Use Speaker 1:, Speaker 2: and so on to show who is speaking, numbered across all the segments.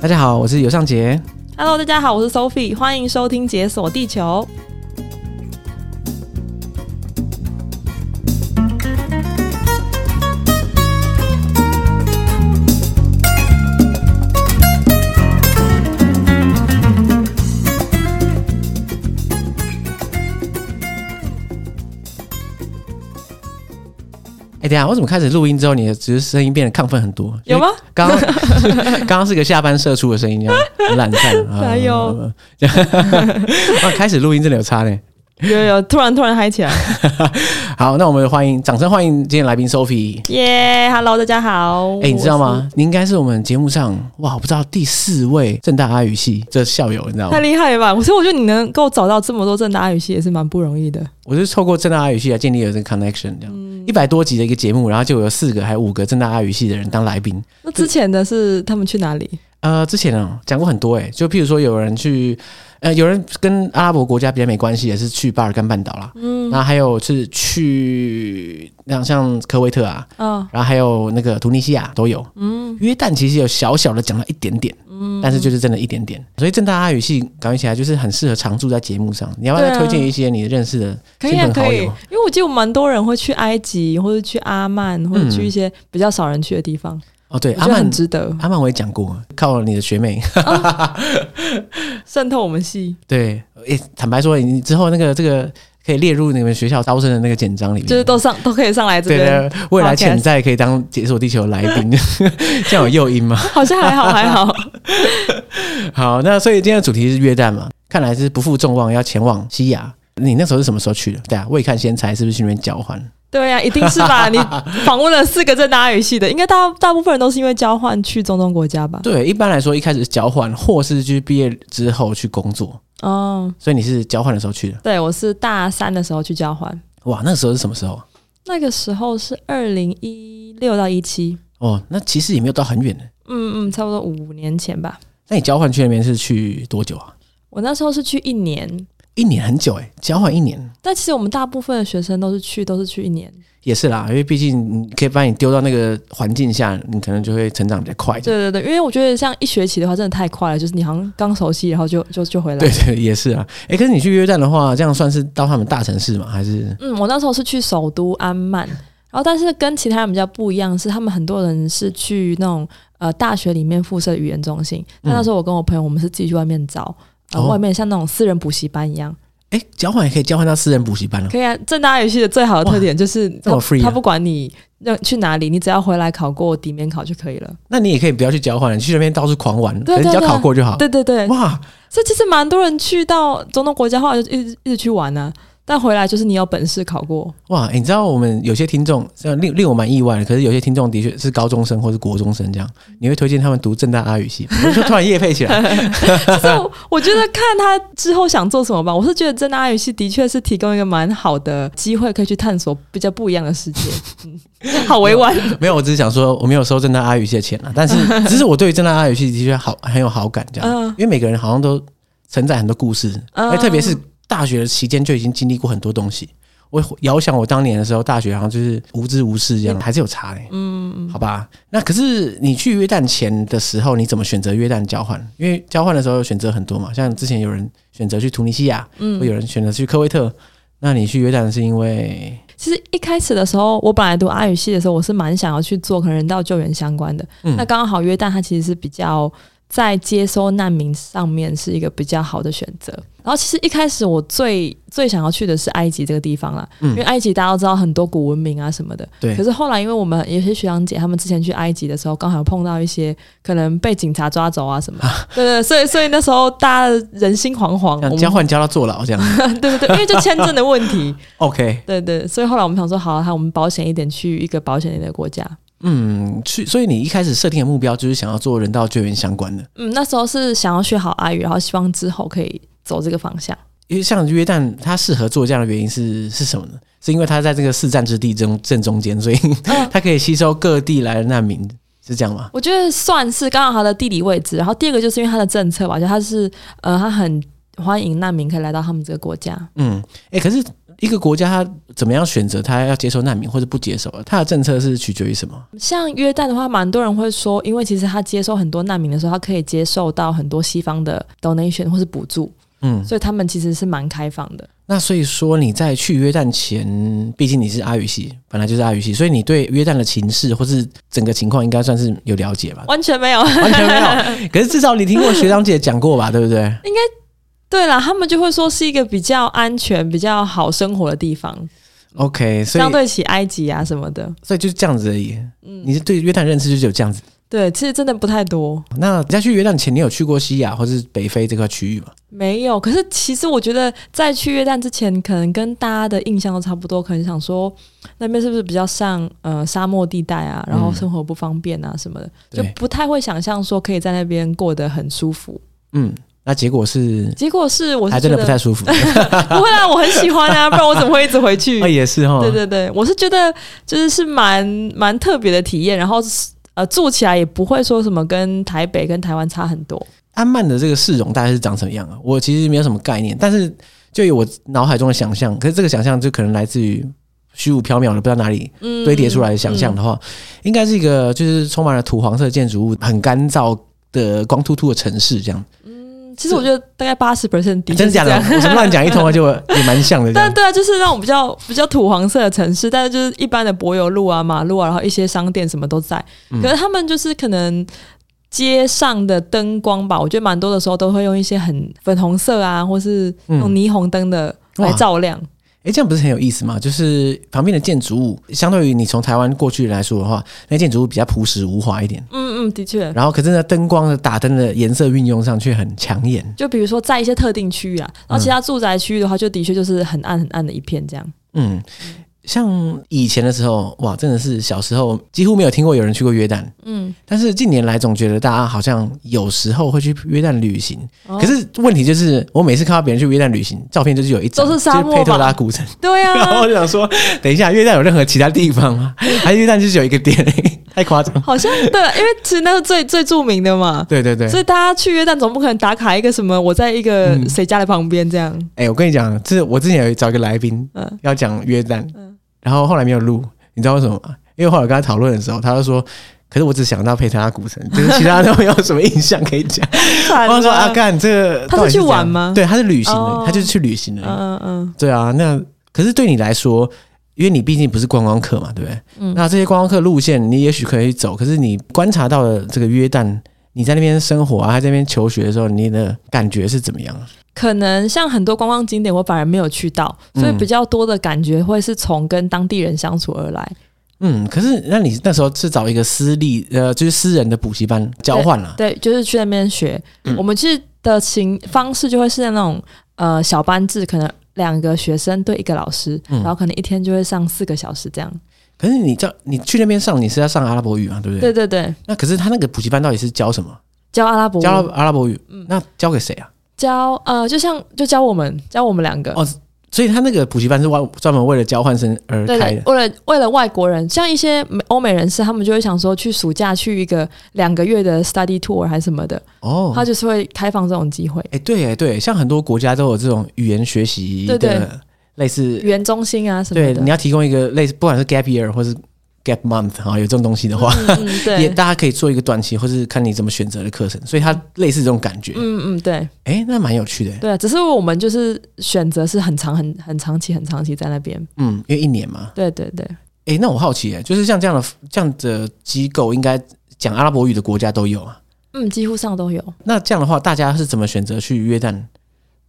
Speaker 1: 大家好，我是尤尚杰。
Speaker 2: Hello，大家好，我是 Sophie，欢迎收听《解锁地球》。
Speaker 1: 哎、等一下，我怎么开始录音之后，你的只是声音变得亢奋很多？
Speaker 2: 有吗？
Speaker 1: 刚刚 刚刚是个下班社畜的声音，这样很懒散。啊
Speaker 2: 哪有？
Speaker 1: 啊开始录音真的有差呢。
Speaker 2: 有有有，突然突然嗨起来！
Speaker 1: 好，那我们欢迎，掌声欢迎今天来宾 Sophie。
Speaker 2: 耶、h e l l o 大家好。
Speaker 1: 哎、你知道吗？你应该是我们节目上哇，我不知道第四位正大阿语系这校友，你知道
Speaker 2: 我是？太
Speaker 1: 吗？
Speaker 2: 厉害了吧！我所以我觉得你能够找到这么多正大语系也是蛮不容易的。
Speaker 1: 我是透过正大阿语系来建立了这个 connection，这样一百、多集的一个节目，然后就有四个还有五个正大阿语系的人当来宾。
Speaker 2: 那之前的是他们去哪里？
Speaker 1: 呃，之前呢讲过很多诶、就譬如说有人去，呃，有人跟阿拉伯国家比较没关系，也是去巴尔干半岛啦，嗯，然后还有是去像像科威特啊，
Speaker 2: 啊、
Speaker 1: 然后还有那个突尼西亚都有，嗯，约旦其实有小小的讲了一点点，嗯，但是就是真的一点点，所以正大阿语系感觉起来就是很适合常驻在节目上。你要不要再
Speaker 2: 对啊
Speaker 1: 推荐一些你认识的
Speaker 2: 可
Speaker 1: 亲
Speaker 2: 以啊，
Speaker 1: 朋
Speaker 2: 可
Speaker 1: 好
Speaker 2: 以
Speaker 1: 友？。
Speaker 2: 因为我记得有蛮多人会去埃及，或者去阿曼，或者去一些比较少人去的地方，
Speaker 1: 哦，对，
Speaker 2: 我觉
Speaker 1: 阿
Speaker 2: 得
Speaker 1: 曼
Speaker 2: 很，值得
Speaker 1: 阿曼我也讲过，靠你的学妹，
Speaker 2: 渗透我们系，
Speaker 1: 对，诶、坦白说，你之后那个这个可以列入你们学校招生的那个简章里面，
Speaker 2: 就是都上都可以上来这
Speaker 1: 嗯对
Speaker 2: 边，
Speaker 1: 的，未来潜在可以当解锁地球的来宾， 这样有诱因吗？
Speaker 2: 好像还好还好。
Speaker 1: 好，那所以今天的主题是约旦嘛，看来是不负众望，要前往西亚。你那时候是什么时候去的？对啊，未看先猜，是不是去那边交换？
Speaker 2: 对啊呀、一定是吧？你访问了四个正大语系的，应该大大部分人都是因为交换去中东国家吧？
Speaker 1: 对，一般来说一开始是交换，或是去毕业之后去工作。
Speaker 2: 哦，
Speaker 1: 所以你是交换的时候去的？
Speaker 2: 对，我是大三的时候去交换，
Speaker 1: 哇，那个时候是什么时候？
Speaker 2: 那个时候是二零一六到一七，
Speaker 1: 哦，那其实也没有到很远的。
Speaker 2: 嗯嗯，差不多五年前吧。
Speaker 1: 那你交换去那边是去多久啊？
Speaker 2: 我那时候是去一年，
Speaker 1: 一年很久哎、交换一年。
Speaker 2: 但其实我们大部分的学生都是去都是去一年，
Speaker 1: 也是啦，因为毕竟你可以把你丢到那个环境下，你可能就会成长比较快。
Speaker 2: 对对对，因为我觉得像一学期的话，真的太快了，就是你好像刚熟悉，然后就就就回来。
Speaker 1: 对对，也是啊。哎、可是你去约旦的话，这样算是到他们大城市吗？还是
Speaker 2: 嗯，我那时候是去首都安曼，然后但是跟其他人比较不一样是，他们很多人是去那种呃大学里面附设的语言中心。那那时候我跟我朋友，我们是自己去外面找，呃，
Speaker 1: 哦
Speaker 2: 外面像那种私人补习班一样，
Speaker 1: 哎、交换也可以交换到私人补习班了、
Speaker 2: 可以啊。正大语系的最好的特点就是
Speaker 1: 这
Speaker 2: 他
Speaker 1: 哦么 free 啊
Speaker 2: 他不管你那去哪里，你只要回来考过底面考就可以了。
Speaker 1: 那你也可以不要去交换，你去那边到处狂玩，
Speaker 2: 对
Speaker 1: 反正
Speaker 2: 对
Speaker 1: 只要
Speaker 2: 对
Speaker 1: 考过就好。
Speaker 2: 对对对，
Speaker 1: 啊哇，
Speaker 2: 所以其实蛮多人去到中东国家后来就一直一直去玩呢、但回来就是你有本事考过，
Speaker 1: 哇、诶你知道我们有些听众，这样令令我蛮意外的。可是有些听众的确是高中生或是国中生这样，你会推荐他们读正大阿语系？我就突然夜配起来，
Speaker 2: 就是我我觉得看他之后想做什么吧。我是觉得真的阿语系的确是提供一个蛮好的机会，可以去探索比较不一样的世界。嗯，好委婉，
Speaker 1: 没有，我只是想说我没有收正大阿语系的钱啊，但是只是我对正大阿语系的确好很有好感，这样，
Speaker 2: 嗯
Speaker 1: 因为每个人好像都承载很多故事，哎
Speaker 2: 嗯
Speaker 1: 而特别是大学的期间就已经经历过很多东西。我遥想我当年的时候，大学好像就是无知无识这样，还是有差嘞、嗯，好吧。那可是你去约旦前的时候，你怎么选择约旦交换？因为交换的时候选择很多嘛，像之前有人选择去突尼西亚，嗯，有人选择去科威特。那你去约旦是因为
Speaker 2: 其实一开始的时候，我本来读阿语系的时候，我是蛮想要去做可能人道救援相关的。
Speaker 1: 嗯
Speaker 2: 那刚好约旦它其实是比较在接收难民上面是一个比较好的选择。然后其实一开始我最最想要去的是埃及这个地方啦，
Speaker 1: 嗯
Speaker 2: 因为埃及大家都知道很多古文明啊什么的。
Speaker 1: 对
Speaker 2: 可是后来因为我们有些学长姐他们之前去埃及的时候，刚好碰到一些可能被警察抓走啊什么的。对对，对所以所 以那时候大家人心惶惶。我
Speaker 1: 像
Speaker 2: 们
Speaker 1: 交换交到坐牢 这样
Speaker 2: 对对对，因为就签证的问题。
Speaker 1: ？OK，
Speaker 2: 对对，所以后来我们想说，好、啊，那我们保险一点，去一个保险一点的国家。
Speaker 1: 嗯，去，所以你一开始设定的目标就是想要做人道救援相关的，
Speaker 2: 嗯，那时候是想要学好阿语，然后希望之后可以走这个方向。
Speaker 1: 因为像约旦，它适合做这样的原因是是什么呢？是因为它在这个四战之地中正中间，所以 它可以吸收各地来的难民，是这样吗？
Speaker 2: 我觉得算是刚好它的地理位置，然后第二个就是因为它的政策吧，就它是呃，它很欢迎难民可以来到他们这个国家。
Speaker 1: 嗯，哎、可是一个国家它怎么样选择它要接受难民或者不接受，它的政策是取决于什么？
Speaker 2: 像约旦的话，蛮多人会说，因为其实他接受很多难民的时候，他可以接受到很多西方的 donation 或是补助，
Speaker 1: 嗯，
Speaker 2: 所以他们其实是蛮开放的。
Speaker 1: 那所以说你在去约旦前，毕竟你是阿语系，本来就是阿语系，所以你对约旦的情势或是整个情况应该算是有了解吧？
Speaker 2: 完全没有，
Speaker 1: 完全没有，可是至少你听过学长姐讲过吧，对不对？
Speaker 2: 对啦，他们就会说是一个比较安全、比较好生活的地方，
Speaker 1: OK，所
Speaker 2: 相
Speaker 1: 以
Speaker 2: 对起埃及啊什么的。
Speaker 1: 所以就是这样子而已。
Speaker 2: 嗯，
Speaker 1: 你是对约旦认识就只有这样子。
Speaker 2: 对，其实真的不太多，
Speaker 1: 那你在去约旦前，你有去过西亚或是北非这块区域吗？
Speaker 2: 没有。可是其实我觉得，在去约旦之前，可能跟大家的印象都差不多，可能想说那边是不是比较像呃沙漠地带啊，然后
Speaker 1: 嗯
Speaker 2: 生活不方便啊什么的，
Speaker 1: 对
Speaker 2: 就不太会想象说可以在那边过得很舒服。
Speaker 1: 嗯，那结果是
Speaker 2: 结果是我
Speaker 1: 还
Speaker 2: 是
Speaker 1: 真
Speaker 2: 觉
Speaker 1: 的
Speaker 2: 得
Speaker 1: 不太舒服。
Speaker 2: 不会啦，我很喜欢啊，不然我怎么会一直 回去？
Speaker 1: 啊，也是哈。
Speaker 2: 对对对，我是觉得就是是蛮蛮特别的体验，然后是呃住起来也不会说什么跟台北跟台湾差很多。
Speaker 1: 安曼的这个市容大概是长什么样啊？我其实没有什么概念，但是就有我脑海中的想象，可是这个想象就可能来自于虚无缥缈的，不知道哪里
Speaker 2: 嗯
Speaker 1: 堆叠出来的想象的话，应该是一个就是充满了土黄色建筑物、很干燥的光秃秃的城市这样。
Speaker 2: 嗯其实我觉得大概八十 percent 的确
Speaker 1: 啊真
Speaker 2: 是
Speaker 1: 假
Speaker 2: 这
Speaker 1: 的？
Speaker 2: 样
Speaker 1: 我什么乱讲一 通啊，就也蛮像的这样
Speaker 2: 但。对啊，就是那种比较比较土黄色的城市，但是就是一般的柏油路啊、马路啊，然后一些商店什么都在。
Speaker 1: 嗯
Speaker 2: 可是他们就是可能街上的灯光吧，我觉得蛮多的时候都会用一些很粉红色啊，或是那种霓虹灯的
Speaker 1: 嗯
Speaker 2: 来
Speaker 1: 哇
Speaker 2: 照亮。
Speaker 1: 哎、这样不是很有意思吗？就是旁边的建筑物，相对于你从台湾过去来说的话，那建筑物比较朴实无华一点。
Speaker 2: 嗯嗯，的确。
Speaker 1: 然后，可是呢，灯光的打灯的颜色运用上却很抢眼。
Speaker 2: 就比如说在一些特定区域
Speaker 1: 嗯
Speaker 2: 啊，然后其他住宅区域的话，就的确就是很暗很暗的一 片这样。
Speaker 1: 嗯，像以前的时候，哇，真的是小时候几乎没有听过有人去过约旦。
Speaker 2: 嗯，
Speaker 1: 但是近年来，总觉得大家好像有时候会去约旦旅行。
Speaker 2: 哦
Speaker 1: 可是问题就是，我每次看到别人去约旦旅行，照片就是有一张
Speaker 2: 都是沙漠
Speaker 1: 就是佩特
Speaker 2: 吧
Speaker 1: 拉古城。
Speaker 2: 对
Speaker 1: 然后
Speaker 2: 啊
Speaker 1: 我，就想说，等一下，约旦有任何其他地方吗？还是约旦就是有一个点而已？ 太夸张。
Speaker 2: 好像对，因为其实那是最最著名的嘛，
Speaker 1: 对对对，
Speaker 2: 所以大家去约旦总不可能打卡一个什么我在一个
Speaker 1: 嗯
Speaker 2: 谁家的旁边这样。
Speaker 1: 哎、我跟你讲，这我之前有找一个来宾
Speaker 2: 嗯
Speaker 1: 要讲约旦，
Speaker 2: 嗯
Speaker 1: 然后后来没有录，你知道为什么吗？因为后来我跟他讨论的时候，他就说。可是我只想到佩特拉古城，就是其他都没有什么印象可以 讲。
Speaker 2: 惨
Speaker 1: 我想
Speaker 2: 了
Speaker 1: 说阿干，这个
Speaker 2: 他是
Speaker 1: 到底
Speaker 2: 去
Speaker 1: 怎样
Speaker 2: 玩吗
Speaker 1: 对，他是旅行的，
Speaker 2: 哦
Speaker 1: 他就是去旅行的。
Speaker 2: 嗯嗯嗯，
Speaker 1: 对啊，那可是对你来说，因为你毕竟不是观光客嘛，对不对？
Speaker 2: 嗯
Speaker 1: 那这些观光客路线你也许可以走，可是你观察到的这个约旦，你在那边生活啊，还在那边求学的时候，你的感觉是怎么样啊？
Speaker 2: 可能像很多观光景点，我反而没有去到，所以
Speaker 1: 嗯
Speaker 2: 比较多的感觉会是从跟当地人相处而来。
Speaker 1: 嗯，可是那你那时候是找一个私立呃，就是私人的补习班交换了、
Speaker 2: 对，就是去那边学。
Speaker 1: 嗯
Speaker 2: 我们去的情方式就会是那种呃小班制，可能两个学生对一个老师，
Speaker 1: 嗯
Speaker 2: 然后可能一天就会上四个小时这样。
Speaker 1: 可是你这你去那边上，你是要上阿拉伯语嘛，对不对？
Speaker 2: 对对对，
Speaker 1: 那可是他那个补习班到底是教什么？
Speaker 2: 教阿拉伯文，
Speaker 1: 教阿拉阿拉伯语，那教给谁啊？
Speaker 2: 教呃，就像就教我们，教我们两个。
Speaker 1: 哦所以他那个补习班是外专门为了交换生而
Speaker 2: 对
Speaker 1: 开
Speaker 2: 对
Speaker 1: 的，。
Speaker 2: 为了为了外国人，像一些美欧美人士，他们就会想说去暑假去一个两个月的 study tour 还是什么的，
Speaker 1: 哦，
Speaker 2: 他就是会开放这种机会。
Speaker 1: 哎、对哎对，像很多国家都有这种语言学习
Speaker 2: 对对
Speaker 1: 的类似，
Speaker 2: 语言中心啊什么
Speaker 1: 对
Speaker 2: 的，
Speaker 1: 你要提供一个类似，不管是 gap year 或是 gap month 啊，有这种东西的话，
Speaker 2: 嗯嗯
Speaker 1: 也
Speaker 2: 对，
Speaker 1: 大家可以做一个短期，或是看你怎么选择的课程，所以它类似这种感觉，哎、
Speaker 2: 嗯嗯对。
Speaker 1: 那蛮有趣的，欸
Speaker 2: 对啊，只是我们就是选择是很长、很很长期、很长期在那边。
Speaker 1: 嗯，因为一年嘛，
Speaker 2: 对对对，
Speaker 1: 哎、那我好奇，哎，就是像这样的这样的机构，应该讲阿拉伯语的国家都有啊，
Speaker 2: 嗯，几乎上都有。
Speaker 1: 那这样的话，大家是怎么选择去约旦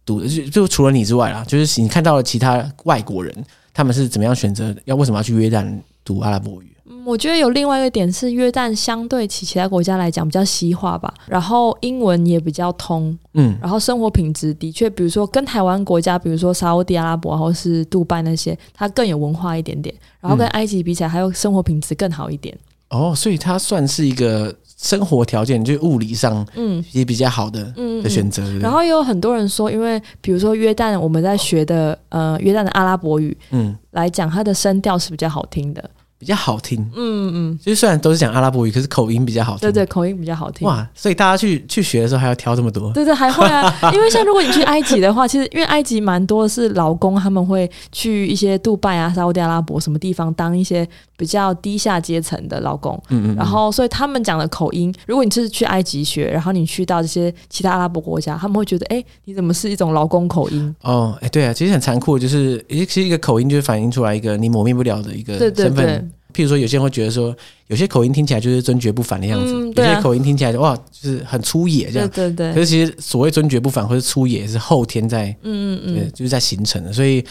Speaker 1: 读的？就就除了你之外啦，就是你看到了其他外国人，他们是怎么样选择要为什么要去约旦读阿拉伯语？
Speaker 2: 嗯我觉得有另外一个点是，约旦相对其其他国家来讲比较西化吧，然后英文也比较通，
Speaker 1: 嗯，
Speaker 2: 然后生活品质的确，比如说跟台湾国家，比如说沙烏地阿拉伯或是杜拜那些，它更有文化一点点，然后跟
Speaker 1: 嗯
Speaker 2: 埃及比起来，还有生活品质更好一点。
Speaker 1: 哦，所以它算是一个生活条件，就是物理上
Speaker 2: 嗯
Speaker 1: 也比较好的
Speaker 2: 嗯，
Speaker 1: 的
Speaker 2: 嗯
Speaker 1: 选择。对不对
Speaker 2: 然，后也有很多人说，因为比如说约旦，我们在学的呃约旦的阿拉伯语，
Speaker 1: 嗯，
Speaker 2: 来讲，它的声调是比较好听的，
Speaker 1: 比较好听。
Speaker 2: 嗯嗯，
Speaker 1: 就是虽然都是讲阿拉伯语，可是口音比较好听。
Speaker 2: 对对，口音比较好听。
Speaker 1: 哇，所以大家去去学的时候还要挑这么多。
Speaker 2: 对对，还会啊， 因为像如果你去埃及的话，其实因为埃及蛮多是劳工，他们会去一些杜拜啊、沙烏地阿拉伯什么地方当一些比较低下阶层的劳工，
Speaker 1: 嗯嗯，
Speaker 2: 然后所以他们讲的口音，如果你是去埃及学，然后你去到这些其他阿拉伯国家，他们会觉得，哎、你怎么是一种劳工口音？
Speaker 1: 哦，哎、对啊，其实很残酷，就是其实一个口音就是反映出来一个你抹灭不了的一个
Speaker 2: 对对
Speaker 1: 身份。
Speaker 2: 对
Speaker 1: 譬如说，有些人会觉得说，有些口音听起来就是尊爵不凡的样子，
Speaker 2: 嗯对啊
Speaker 1: 有些口音听起来就哇，就是很粗野这
Speaker 2: 对
Speaker 1: 样。
Speaker 2: 对对
Speaker 1: 可，是其实所谓尊爵不凡或是粗野是后天在，
Speaker 2: 嗯嗯
Speaker 1: 对，
Speaker 2: 嗯，
Speaker 1: 就是在形成的，所以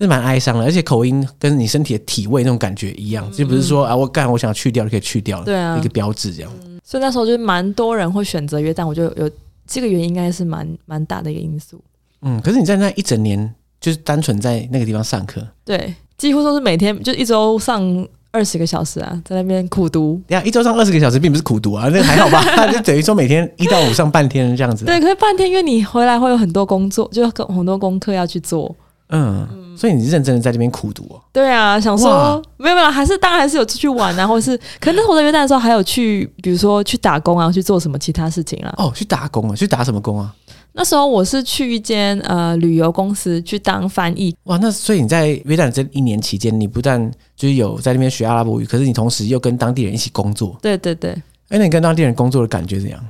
Speaker 1: 是蛮哀伤的。而且口音跟你身体的体味那种感觉一样，就不是说啊，我干我想去掉就可以去掉了，
Speaker 2: 嗯对啊
Speaker 1: 一个标志这样。
Speaker 2: 所以那时候就是蛮多人会选择约旦，我就有这个原因，应该是蛮蛮大的一个因素。
Speaker 1: 嗯，可是你在那一整年就是单纯在那个地方上课，
Speaker 2: 对，几乎都是每天就一周上二十个小时啊，在那边苦读。
Speaker 1: 等一下一周上二十个小时，并不是苦读啊，那个还 好吧？那就等于说每天一到五上半天这样子。啊
Speaker 2: 对，可是半天，因为你回来会有很多工作，就有很多功课要去做。
Speaker 1: 嗯，所以你是认真的在这边苦读哦。
Speaker 2: 对啊，想
Speaker 1: 哇
Speaker 2: 说没有没有，还是当然还是有出去玩啊，或是可能那时候我在约旦的时候，还有去比如说去打工啊，去做什么其他事情啊。
Speaker 1: 哦，去打工啊？去打什么工啊？
Speaker 2: 那时候我是去一间呃旅游公司去当翻译，
Speaker 1: 哇，那所以你在约旦这一年期间，你不但就是有在那边学阿拉伯语，可是你同时又跟当地人一起工作。
Speaker 2: 对对对。
Speaker 1: 哎、那你跟当地人工作的感觉怎样？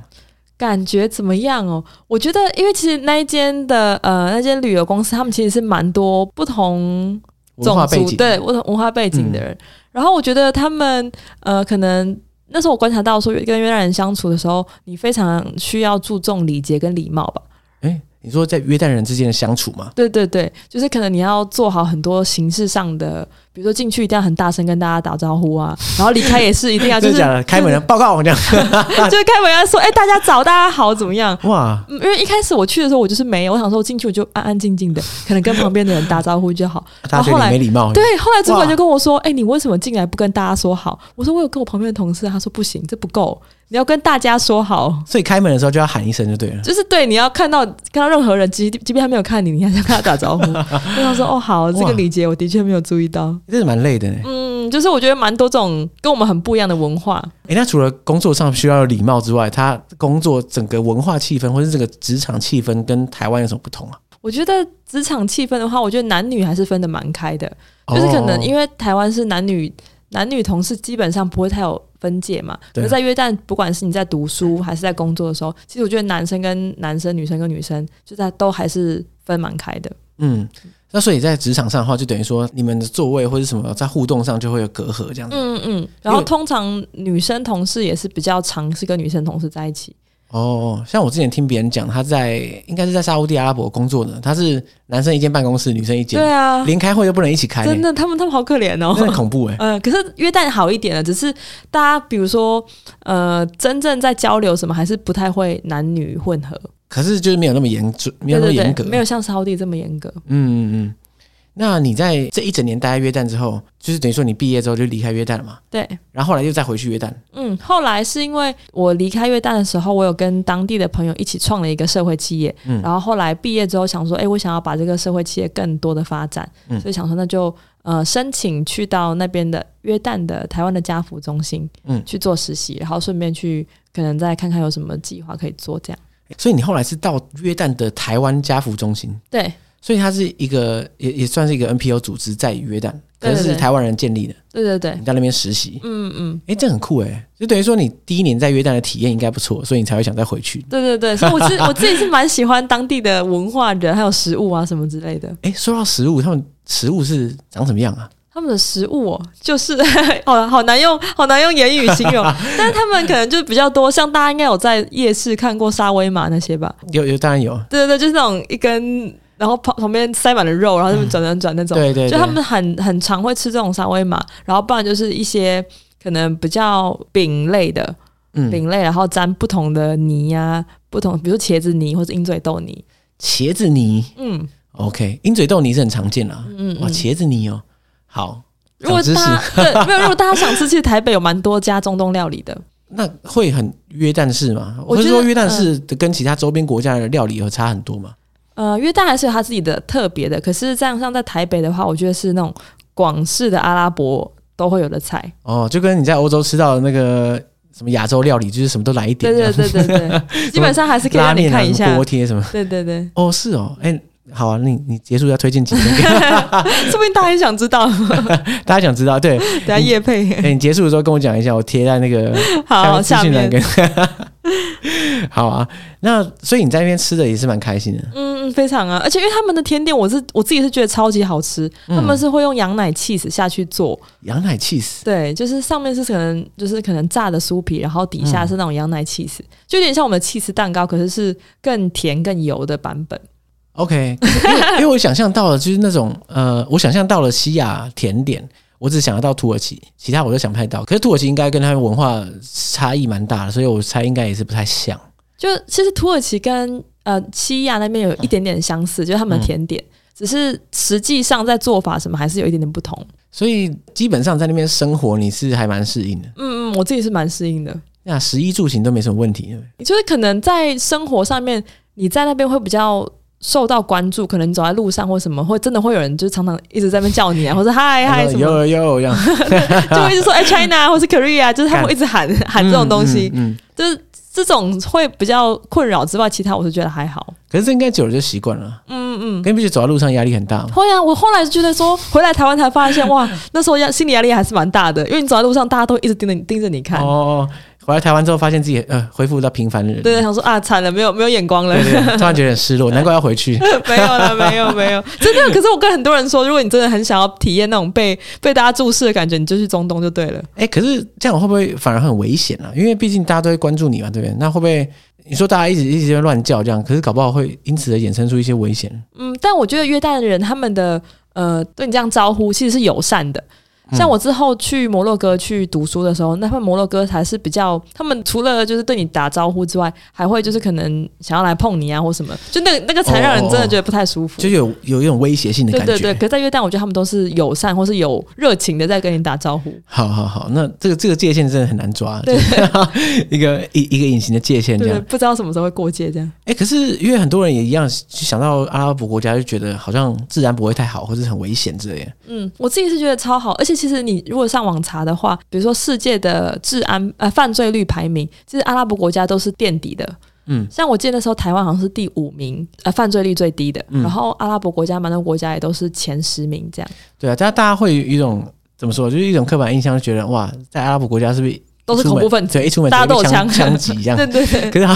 Speaker 2: 感觉怎么样哦？我觉得，因为其实那一间的呃那间旅游公司，他们其实是蛮多不同
Speaker 1: 文化背
Speaker 2: 种族
Speaker 1: 景，嗯
Speaker 2: 对文文化背景的人。然后我觉得他们呃，可能那时候我观察到说，跟越南人相处的时候，你非常需要注重礼节跟礼貌吧。
Speaker 1: 哎、你说在约旦人之间的相处吗？
Speaker 2: 对对对，就是可能你要做好很多形式上的，比如说进去一定要很大声跟大家打招呼啊，然后离开也是一定要就
Speaker 1: 真
Speaker 2: 是
Speaker 1: 的假的？开门啊，报告我这样。
Speaker 2: 就是开门要说哎、大家早，大家好，怎么样？
Speaker 1: 哇，
Speaker 2: 嗯，因为一开始我去的时候，我就是没有，我想说我进去我就安安静 静的，可能跟旁边的人打招呼就好。
Speaker 1: 大家觉得
Speaker 2: 啊后
Speaker 1: 你
Speaker 2: 来
Speaker 1: 没礼貌。
Speaker 2: 对，后来主管
Speaker 1: 哇
Speaker 2: 就跟我说：“哎、你为什么进来不跟大家说好？”我说：“我有跟我旁边的同事。”他说：“不行，这不够，你要跟大家说好。
Speaker 1: 所以开门的时候就要喊一声就对了”。
Speaker 2: 就是对，你要看到看到任何人，即即便他没有看你，你还是要跟他打 招呼。我想说：“哦，好，这
Speaker 1: 哇
Speaker 2: 个礼节我的确没有注意到。
Speaker 1: 这是蛮累的呢”。
Speaker 2: 嗯，就是我觉得蛮多种跟我们很不一样的文化。
Speaker 1: 哎、那除了工作上需要有礼貌之外，他工作整个文化气氛或是这个职场气氛跟台湾有什么不同啊？
Speaker 2: 我觉得职场气氛的话，我觉得男女还是分得蛮开的。就是可能因
Speaker 1: 为
Speaker 2: 为台湾是男女男女同事基本上不会太有分界嘛。
Speaker 1: 对啊
Speaker 2: 可是在约旦，不管是你在读书还是在工作的时候，其实我觉得男生跟男生、女生跟女生，就在都还是分蛮开的。
Speaker 1: 嗯，那所以在职场上的话，就等于说你们的座位或者什么在互动上就会有隔阂这样子。
Speaker 2: 嗯嗯。
Speaker 1: 因
Speaker 2: 然后
Speaker 1: 为
Speaker 2: 通常女生同事也是比较常是跟女生同事在一起。
Speaker 1: 哦，像我之前听别人讲，他在应该是在沙烏地阿拉伯工作的，他是男生一间办公室，女生一间，
Speaker 2: 对啊，
Speaker 1: 连开会都不能一起开、
Speaker 2: 真
Speaker 1: 欸，
Speaker 2: 的，他们他们好可怜
Speaker 1: 真的
Speaker 2: 哦。
Speaker 1: 恐怖哎、
Speaker 2: 呃，可是约旦好一点了，只是大家比如说，呃，真正在交流什么，还是不太会男女混合，
Speaker 1: 可是就是没有那么严重，没有那么
Speaker 2: 对
Speaker 1: 严
Speaker 2: 对
Speaker 1: 格，
Speaker 2: 对，没有像沙地这么严格。
Speaker 1: 嗯嗯嗯。那你在这一整年待在约旦之后，就是等于说你毕业之后就离开约旦了嘛？
Speaker 2: 对，
Speaker 1: 然后后来又再回去约旦。
Speaker 2: 嗯，后来是因为我离开越旦的时候，我有跟当地的朋友一起创了一个社会企业，
Speaker 1: 嗯
Speaker 2: 然后后来毕业之后想说，哎、我想要把这个社会企业更多的发展，
Speaker 1: 嗯
Speaker 2: 所以想说那就呃申请去到那边的约旦的台湾的家福中心，
Speaker 1: 嗯
Speaker 2: 去做实习，然后顺便去可能再看看有什么计划可以做，这样
Speaker 1: 所以你后来是到约旦的台湾家福中心，
Speaker 2: 对。
Speaker 1: 所以它是一个也也算是一个 NPO 组织，在约旦，可
Speaker 2: 对对
Speaker 1: 是是
Speaker 2: 对
Speaker 1: 台湾人建立的。
Speaker 2: 对对对
Speaker 1: 你，在那边实习，
Speaker 2: 嗯嗯，
Speaker 1: 哎、这很酷哎、就等于说你第一年在约旦的体验应该不错，所以你才会想再回去。
Speaker 2: 对对对，所以我自我自己是蛮喜欢当地的文化人，还有食物啊什么之类的。
Speaker 1: 哎、说到食物，他们食物是长什么样啊？
Speaker 2: 他们的食物、哦、就是 好好难用，好难用言语形 容。但是他们可能就比较多，像大家应该有在夜市看过沙威玛那些吧？
Speaker 1: 有有，当然有。
Speaker 2: 对对对，就是那种一根，然后旁旁边塞满了肉，然后他们转转转那种。
Speaker 1: 对对
Speaker 2: 就
Speaker 1: 对，
Speaker 2: 他们很很常会吃这种沙威玛，然后不然就是一些可能比较饼类的
Speaker 1: 嗯，
Speaker 2: 饼类，然后沾不同的泥呀、不同，比如茄子泥或者鹰嘴豆泥。
Speaker 1: 茄子泥
Speaker 2: 嗯
Speaker 1: ，OK，鹰嘴豆泥是很常见啦。
Speaker 2: 嗯
Speaker 1: 哇，
Speaker 2: 嗯。
Speaker 1: 茄子泥哦，好，
Speaker 2: 如果
Speaker 1: 长知识
Speaker 2: 大家对没有，如果大家想吃，其实台北有蛮多家中东料理的。
Speaker 1: 那会很约旦式吗？或
Speaker 2: 我觉
Speaker 1: 是
Speaker 2: 得嗯
Speaker 1: 说约旦式的跟其他周边国家的料理有差很多吗？
Speaker 2: 呃，约旦还是有它自己的特别的，可是这样像在台北的话，我觉得是那种广式的阿拉伯都会有的菜。
Speaker 1: 哦，就跟你在欧洲吃到的那个什么亚洲料理，就是什么都来一点
Speaker 2: 对
Speaker 1: 这样
Speaker 2: 对
Speaker 1: 子，
Speaker 2: 对对对， 基本上还是可以
Speaker 1: 拉
Speaker 2: 让你
Speaker 1: 面啊，
Speaker 2: 看一
Speaker 1: 什
Speaker 2: 下
Speaker 1: 么。锅贴什么。
Speaker 2: 对对对，
Speaker 1: 哦，是哦，哎、好啊，那你你结束要推荐几个给
Speaker 2: 说不定大家也想知 道，
Speaker 1: 大家想知道？对，
Speaker 2: 等下夜配。
Speaker 1: 哎、你结束的时候跟我讲一下，我贴在那个
Speaker 2: 好，
Speaker 1: 下
Speaker 2: 下
Speaker 1: 面
Speaker 2: 面
Speaker 1: 资讯栏跟。 好啊，那所以你在那边吃的也是蛮开心的，
Speaker 2: 嗯，嗯非常啊，而且因为他们的甜点，我是我自己是觉得超级好吃，
Speaker 1: 嗯
Speaker 2: 他们是会用羊奶 cheese 下去做，
Speaker 1: 羊奶 cheese
Speaker 2: 对，就是上面是可能就是可能炸的酥皮，然后底
Speaker 1: 嗯
Speaker 2: 下是那种羊奶 cheese，、就有点像我们的 cheese 蛋糕，可是是更甜更油的版本。
Speaker 1: OK，可是因为 因为我想象到了就是那种呃，我想象到了西亚甜点，我只想得到土耳其，其他我都想不太到。可是土耳其应该跟他们文化差异蛮大的，所以我猜应该也是不太像。
Speaker 2: 就其实土耳其跟呃西亚那边有一点点相似，就是他们的甜点，只是实际上在做法什么还是有一点点不同。
Speaker 1: 所以基本上在那边生活，你是还蛮适应的。
Speaker 2: 嗯嗯，我自己是蛮适应的，
Speaker 1: 那食衣住行都没什么问题，
Speaker 2: 就是可能在生活上面，你在那边会比较。受到关注，可能你走在路上或什么，会真的会有人就是常常一直在那边叫你啊，或 者嗨嗨什么，
Speaker 1: 有有有，
Speaker 2: 就会一直说哎、China 或是 Korea，就是他们会一直喊喊这种东西，
Speaker 1: 嗯，嗯嗯
Speaker 2: 就是这种会比较困扰之外，其他我是觉得还好。
Speaker 1: 可是这应该久了就习惯了。
Speaker 2: 嗯嗯，
Speaker 1: 跟你不觉得走在路上压力很大吗？
Speaker 2: 会啊，我后来就觉得说，回来台湾才发现，哇， 那时候压心理压力还是蛮大的，因为你走在路上，大家都一直盯着你盯着你看，
Speaker 1: 哦，回来台湾之后发现自己呃恢复到平凡的人，
Speaker 2: 对对，想说啊，惨了，没有没有眼光了，
Speaker 1: 对对，突然觉得很失落，难怪要回去。
Speaker 2: 没 有了，没有没有，真的。可是我跟很多人说，如果你真的很想要体验那种被被大家注视的感觉，你就去中东就对了。
Speaker 1: 哎、可是这样会不会反而很危险啊？因为毕竟大家都会关注你嘛，对不对？那会不会你说大家一直一直在乱叫这样，可是搞不好会因此而衍生出一些危险？
Speaker 2: 嗯，但我觉得约旦人他们的呃对你这样招呼其实是友善的。像
Speaker 1: 嗯
Speaker 2: 我之后去摩洛哥去读书的时候，那他们摩洛哥还是比较，他们除了就是对你打招呼之外，还会就是可能想要来碰你啊或什么，就那个那个才让人真的觉得不太舒服。
Speaker 1: 哦就有有一种威胁性的
Speaker 2: 对
Speaker 1: 感觉。
Speaker 2: 对对，可是在约旦，我觉得他们都是友善或是有热情的在跟你打招呼。
Speaker 1: 好好好，那这个这个界限真的很难抓，
Speaker 2: 对
Speaker 1: 就是 一个一一个隐形的界限
Speaker 2: 对
Speaker 1: 这
Speaker 2: 对，
Speaker 1: 样。
Speaker 2: 不知道什么时候会过界这样。
Speaker 1: 哎、可是因为很多人也一样，想到阿拉伯国家就觉得好像自然不会太好，或者很危险之类的。
Speaker 2: 嗯，我自己是觉得超好，而且其实你如果上网查的话，比如说世界的治安呃犯罪率排名，其实阿拉伯国家都是垫底的。
Speaker 1: 嗯，
Speaker 2: 像我记得那时候台湾好像是第五名，呃，犯罪率最低的。
Speaker 1: 嗯
Speaker 2: 然后阿拉伯国家、蛮多国家也都是前十名 这样，
Speaker 1: 对啊，大家大家会有一种怎么说，就是一种刻板印象，就觉得哇，在阿拉伯国家是不是
Speaker 2: 都是
Speaker 1: 一出
Speaker 2: 恐
Speaker 1: 门
Speaker 2: 怖分子。
Speaker 1: 对，一出门
Speaker 2: 大家
Speaker 1: 直接
Speaker 2: 都有
Speaker 1: 被枪
Speaker 2: 枪
Speaker 1: 枪击 这样。
Speaker 2: 对对对，
Speaker 1: 可是好，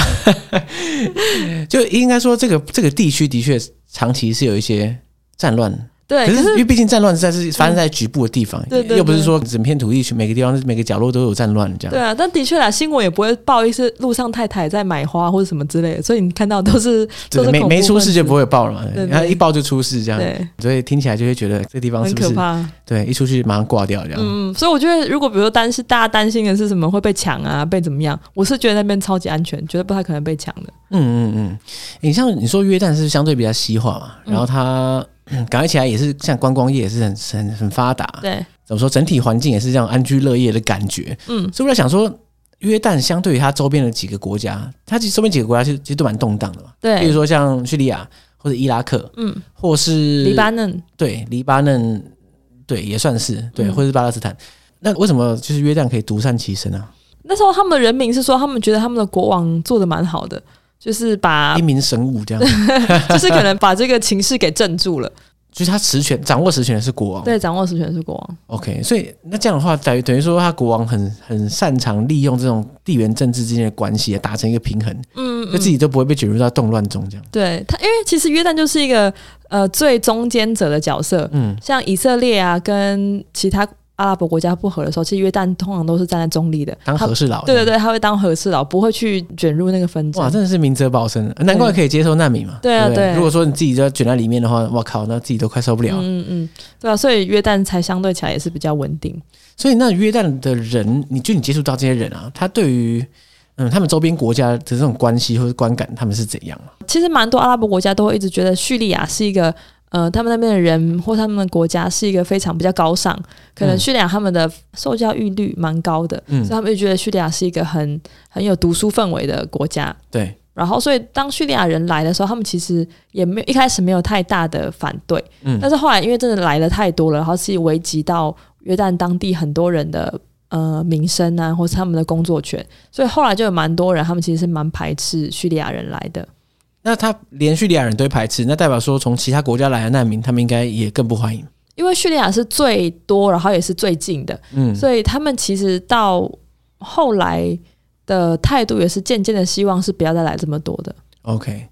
Speaker 1: 就应该说这个这个地区的确长期是有一些战乱，
Speaker 2: 对，
Speaker 1: 可
Speaker 2: 可
Speaker 1: 是因
Speaker 2: 是嗯
Speaker 1: 为毕竟战乱实在是发生在局部的地方，
Speaker 2: 对对对
Speaker 1: 又不是说整片土地区每个地方每个角落都有战乱这
Speaker 2: 对
Speaker 1: 样。
Speaker 2: 啊，但的确啦，新闻也不会报一些路上太太在买花或者什么之类的，所以你看到都是都
Speaker 1: 对
Speaker 2: 是
Speaker 1: 没
Speaker 2: 恐怖
Speaker 1: 没出
Speaker 2: 分
Speaker 1: 事就
Speaker 2: 子
Speaker 1: 不会爆了嘛，
Speaker 2: 对对
Speaker 1: 然后一爆就出 事这样，
Speaker 2: 对，
Speaker 1: 所以听起来就会觉得这地方
Speaker 2: 很
Speaker 1: 是不
Speaker 2: 可
Speaker 1: 是
Speaker 2: 怕。
Speaker 1: 对一出去马上挂掉这样？
Speaker 2: 嗯，所以我觉得，如果比如说担心大家担心的是什么会被抢啊，被怎么样，我是觉得那边超级安全，绝对不太可能被抢的。
Speaker 1: 嗯嗯嗯，你、像你说约旦是相对比较西化嘛，然后它嗯感觉起来也是像观光业也是很很很发达，
Speaker 2: 对，
Speaker 1: 怎么说整体环境也是这样安居乐业的感觉，
Speaker 2: 嗯，
Speaker 1: 所以我在想说，约旦相对于它周边的几个国家，它其实周边几个国家其实其实都蛮动荡的嘛，比如
Speaker 2: 对，
Speaker 1: 说像叙利亚或者伊拉克，
Speaker 2: 嗯，
Speaker 1: 或是
Speaker 2: 黎巴嫩，
Speaker 1: 对黎巴嫩，对也算是对，
Speaker 2: 嗯
Speaker 1: 或者是巴勒斯坦。那为什么就是约旦可以独善其身啊？
Speaker 2: 那时候他们人民是说，他们觉得他们的国王做的蛮好的，就是把
Speaker 1: 英明神武这样，
Speaker 2: 就是可能把这个情势给镇住了。
Speaker 1: 就是他实权掌握实权的是国王。
Speaker 2: 对，掌握实权是国王。
Speaker 1: OK，所以那这样的话，等于等于说他国王很很擅长利用这种地缘政治之间的关系，达成一个平衡，
Speaker 2: 嗯，
Speaker 1: 就自己都不会被卷入到动乱中这样。
Speaker 2: 对他，因为其实约旦就是一个呃最中间者的角色，
Speaker 1: 嗯，
Speaker 2: 像以色列啊跟其他阿拉伯国家不和的时候，其实约旦通常都是站在中立的，
Speaker 1: 当
Speaker 2: 他
Speaker 1: 和事佬。
Speaker 2: 对对对，他会当和事佬，不会去卷入那个纷
Speaker 1: 哇，
Speaker 2: 争。
Speaker 1: 真的是明哲保身，难怪可以接受难民嘛。
Speaker 2: 对啊
Speaker 1: 不对。
Speaker 2: 对
Speaker 1: 如果说你自己都要卷在里面的话，我靠，那自己都快受不了。
Speaker 2: 嗯嗯嗯，对啊，所以约旦才相对起来也是比较稳定。
Speaker 1: 所以那约旦的人，你就你接触到这些人啊，他对于嗯他们周边国家的这种关系或者观感，他们是怎样啊？
Speaker 2: 其实蛮多阿拉伯国家都会一直觉得叙利亚是一个呃，他们那边的人或他们的国家是一个非常比较高尚，可能
Speaker 1: 嗯
Speaker 2: 叙利亚他们的受教育率蛮高的，
Speaker 1: 嗯
Speaker 2: 所以他们就觉得叙利亚是一个很很有读书氛围的国家。
Speaker 1: 对，
Speaker 2: 然后，所以当叙利亚人来的时候，他们其实也没有一开始没有太大的反对，
Speaker 1: 嗯
Speaker 2: 但是后来因为真的来了太多了，然后是危及到约旦当地很多人的呃民生啊，或是他们的工作权，所以后来就有蛮多人，他们其实是蛮排斥叙利亚人来的。
Speaker 1: 那他连叙利亚人都会排斥，那代表说从其他国家来的难民，他们应该也更不欢迎。
Speaker 2: 因为叙利亚是最多，然后也是最近的，
Speaker 1: 嗯，
Speaker 2: 所以他们其实到后来的态度也是渐渐的希望是不要再来这么多的。
Speaker 1: OK，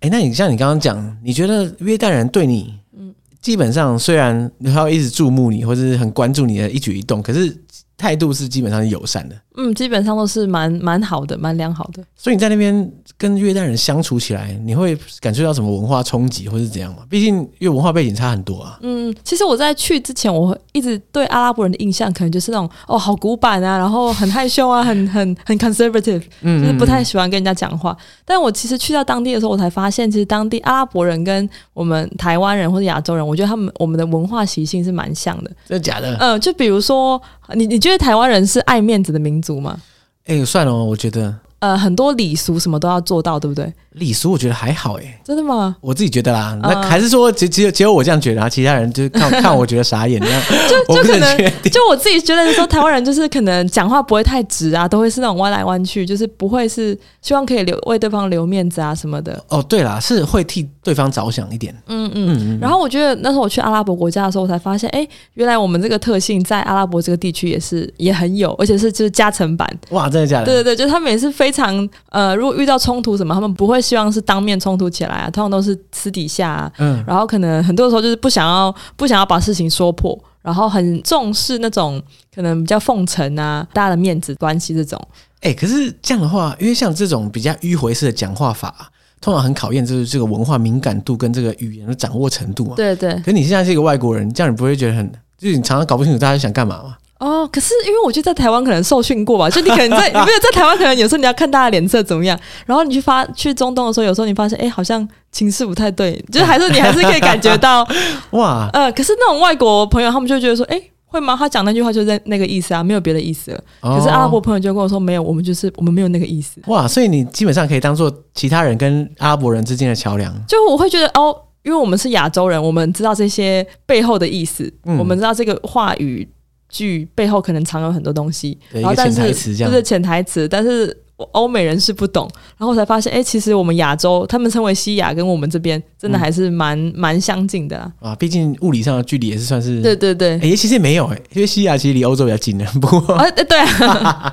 Speaker 1: 哎、那你像你刚刚讲，你觉得约旦人对你，嗯，基本上虽然他会一直注目你，或者是很关注你的一举一动，可是态度是基本上是友善的。
Speaker 2: 嗯，基本上都是蛮蛮好的，蛮良好的。
Speaker 1: 所以你在那边跟约旦人相处起来，你会感受到什么文化冲击，或是怎样吗？毕竟因为文化背景差很多啊。
Speaker 2: 嗯，其实我在去之前，我一直对阿拉伯人的印象可能就是那种哦，好古板啊，然后很害羞啊，很 很很 conservative，
Speaker 1: 嗯
Speaker 2: 就是不太喜欢跟人家讲话。但我其实去到当地的时候，我才发现，其实当地阿拉伯人跟我们台湾人或者亚洲人，我觉得他们我们的文化习性是蛮像的。
Speaker 1: 真的假的？
Speaker 2: 嗯、就比如说，你你觉得台湾人是爱面子的民族吗？
Speaker 1: 哎、算了哦，我觉得
Speaker 2: 呃，很多礼俗什么都要做到，对不对？
Speaker 1: 礼俗我觉得还好哎、
Speaker 2: 真 的吗？
Speaker 1: 我自己觉得啦，
Speaker 2: 嗯
Speaker 1: 那还是说只只有只有我这样觉得啊，其他人就是 看看我觉得傻眼这样，我
Speaker 2: 就
Speaker 1: 不是
Speaker 2: 可
Speaker 1: 很
Speaker 2: 能
Speaker 1: 确定。
Speaker 2: 就我自己觉得说，台湾人就是可能讲话不会太直啊，都会是那种弯来弯去，就是不会是希望可以留为对方留面子啊什么的。
Speaker 1: 哦，对啦，是会替对方着想一点。
Speaker 2: 嗯嗯。
Speaker 1: 嗯，
Speaker 2: 然后我觉得那时候我去阿拉伯国家的时候，我才发现，哎，原来我们这个特性在阿拉伯这个地区也是也很有，而且是就是加成版。
Speaker 1: 哇，真的假的？
Speaker 2: 对对对，就是他们也是非常呃，如果遇到冲突什么，他们不会希望是当面冲突起来啊，通常都是私底下、啊，
Speaker 1: 嗯，
Speaker 2: 然后可能很多时候就是不想要不想要把事情说破，然后很重视那种可能比较奉承啊、大家的面子关系这种。
Speaker 1: 哎、可是这样的话，因为像这种比较迂回式的讲话法，通常很考验就是这个文化敏感度跟这个语言的掌握程度嘛。
Speaker 2: 对对
Speaker 1: 可是你现在是一个外国人，这样你不会觉得很，就是你常常搞不清楚大家想干嘛嘛？
Speaker 2: 哦，可是因为我觉得在台湾可能受训过吧，就你可 能在你没有在台湾，可能有时候你要看大家脸色怎么样，然后你去发去中东的时候，有时候你发现哎，好像情势不太对，就是还是你还是可以感觉到，
Speaker 1: 哇，
Speaker 2: 呃，可是那种外国朋友他们就觉得说，哎。会吗？他讲那句话就是那那个意思啊，没有别的意思了。可是阿拉伯
Speaker 1: 哦
Speaker 2: 朋友就跟我说，没有，我们就是我们没有那个意思。
Speaker 1: 哇，所以你基本上可以当做其他人跟阿拉伯人之间的桥梁。
Speaker 2: 就我会觉得哦，因为我们是亚洲人，我们知道这些背后的意思，
Speaker 1: 嗯
Speaker 2: 我们知道这个话语句背后可能藏有很多东西，
Speaker 1: 对
Speaker 2: 然后
Speaker 1: 一个
Speaker 2: 但
Speaker 1: 潜
Speaker 2: 是
Speaker 1: 台词这样
Speaker 2: 就是潜台词，但是欧美人是不懂，然后我才发现，哎、其实我们亚洲，他们称为西亚，跟我们这边真的还是蛮蛮、相近的啦。
Speaker 1: 啊，毕竟物理上的距离也是算是，
Speaker 2: 对对对，
Speaker 1: 哎、其实也没有哎、因为西亚其实离欧洲比较近的，不过
Speaker 2: 啊、对对啊，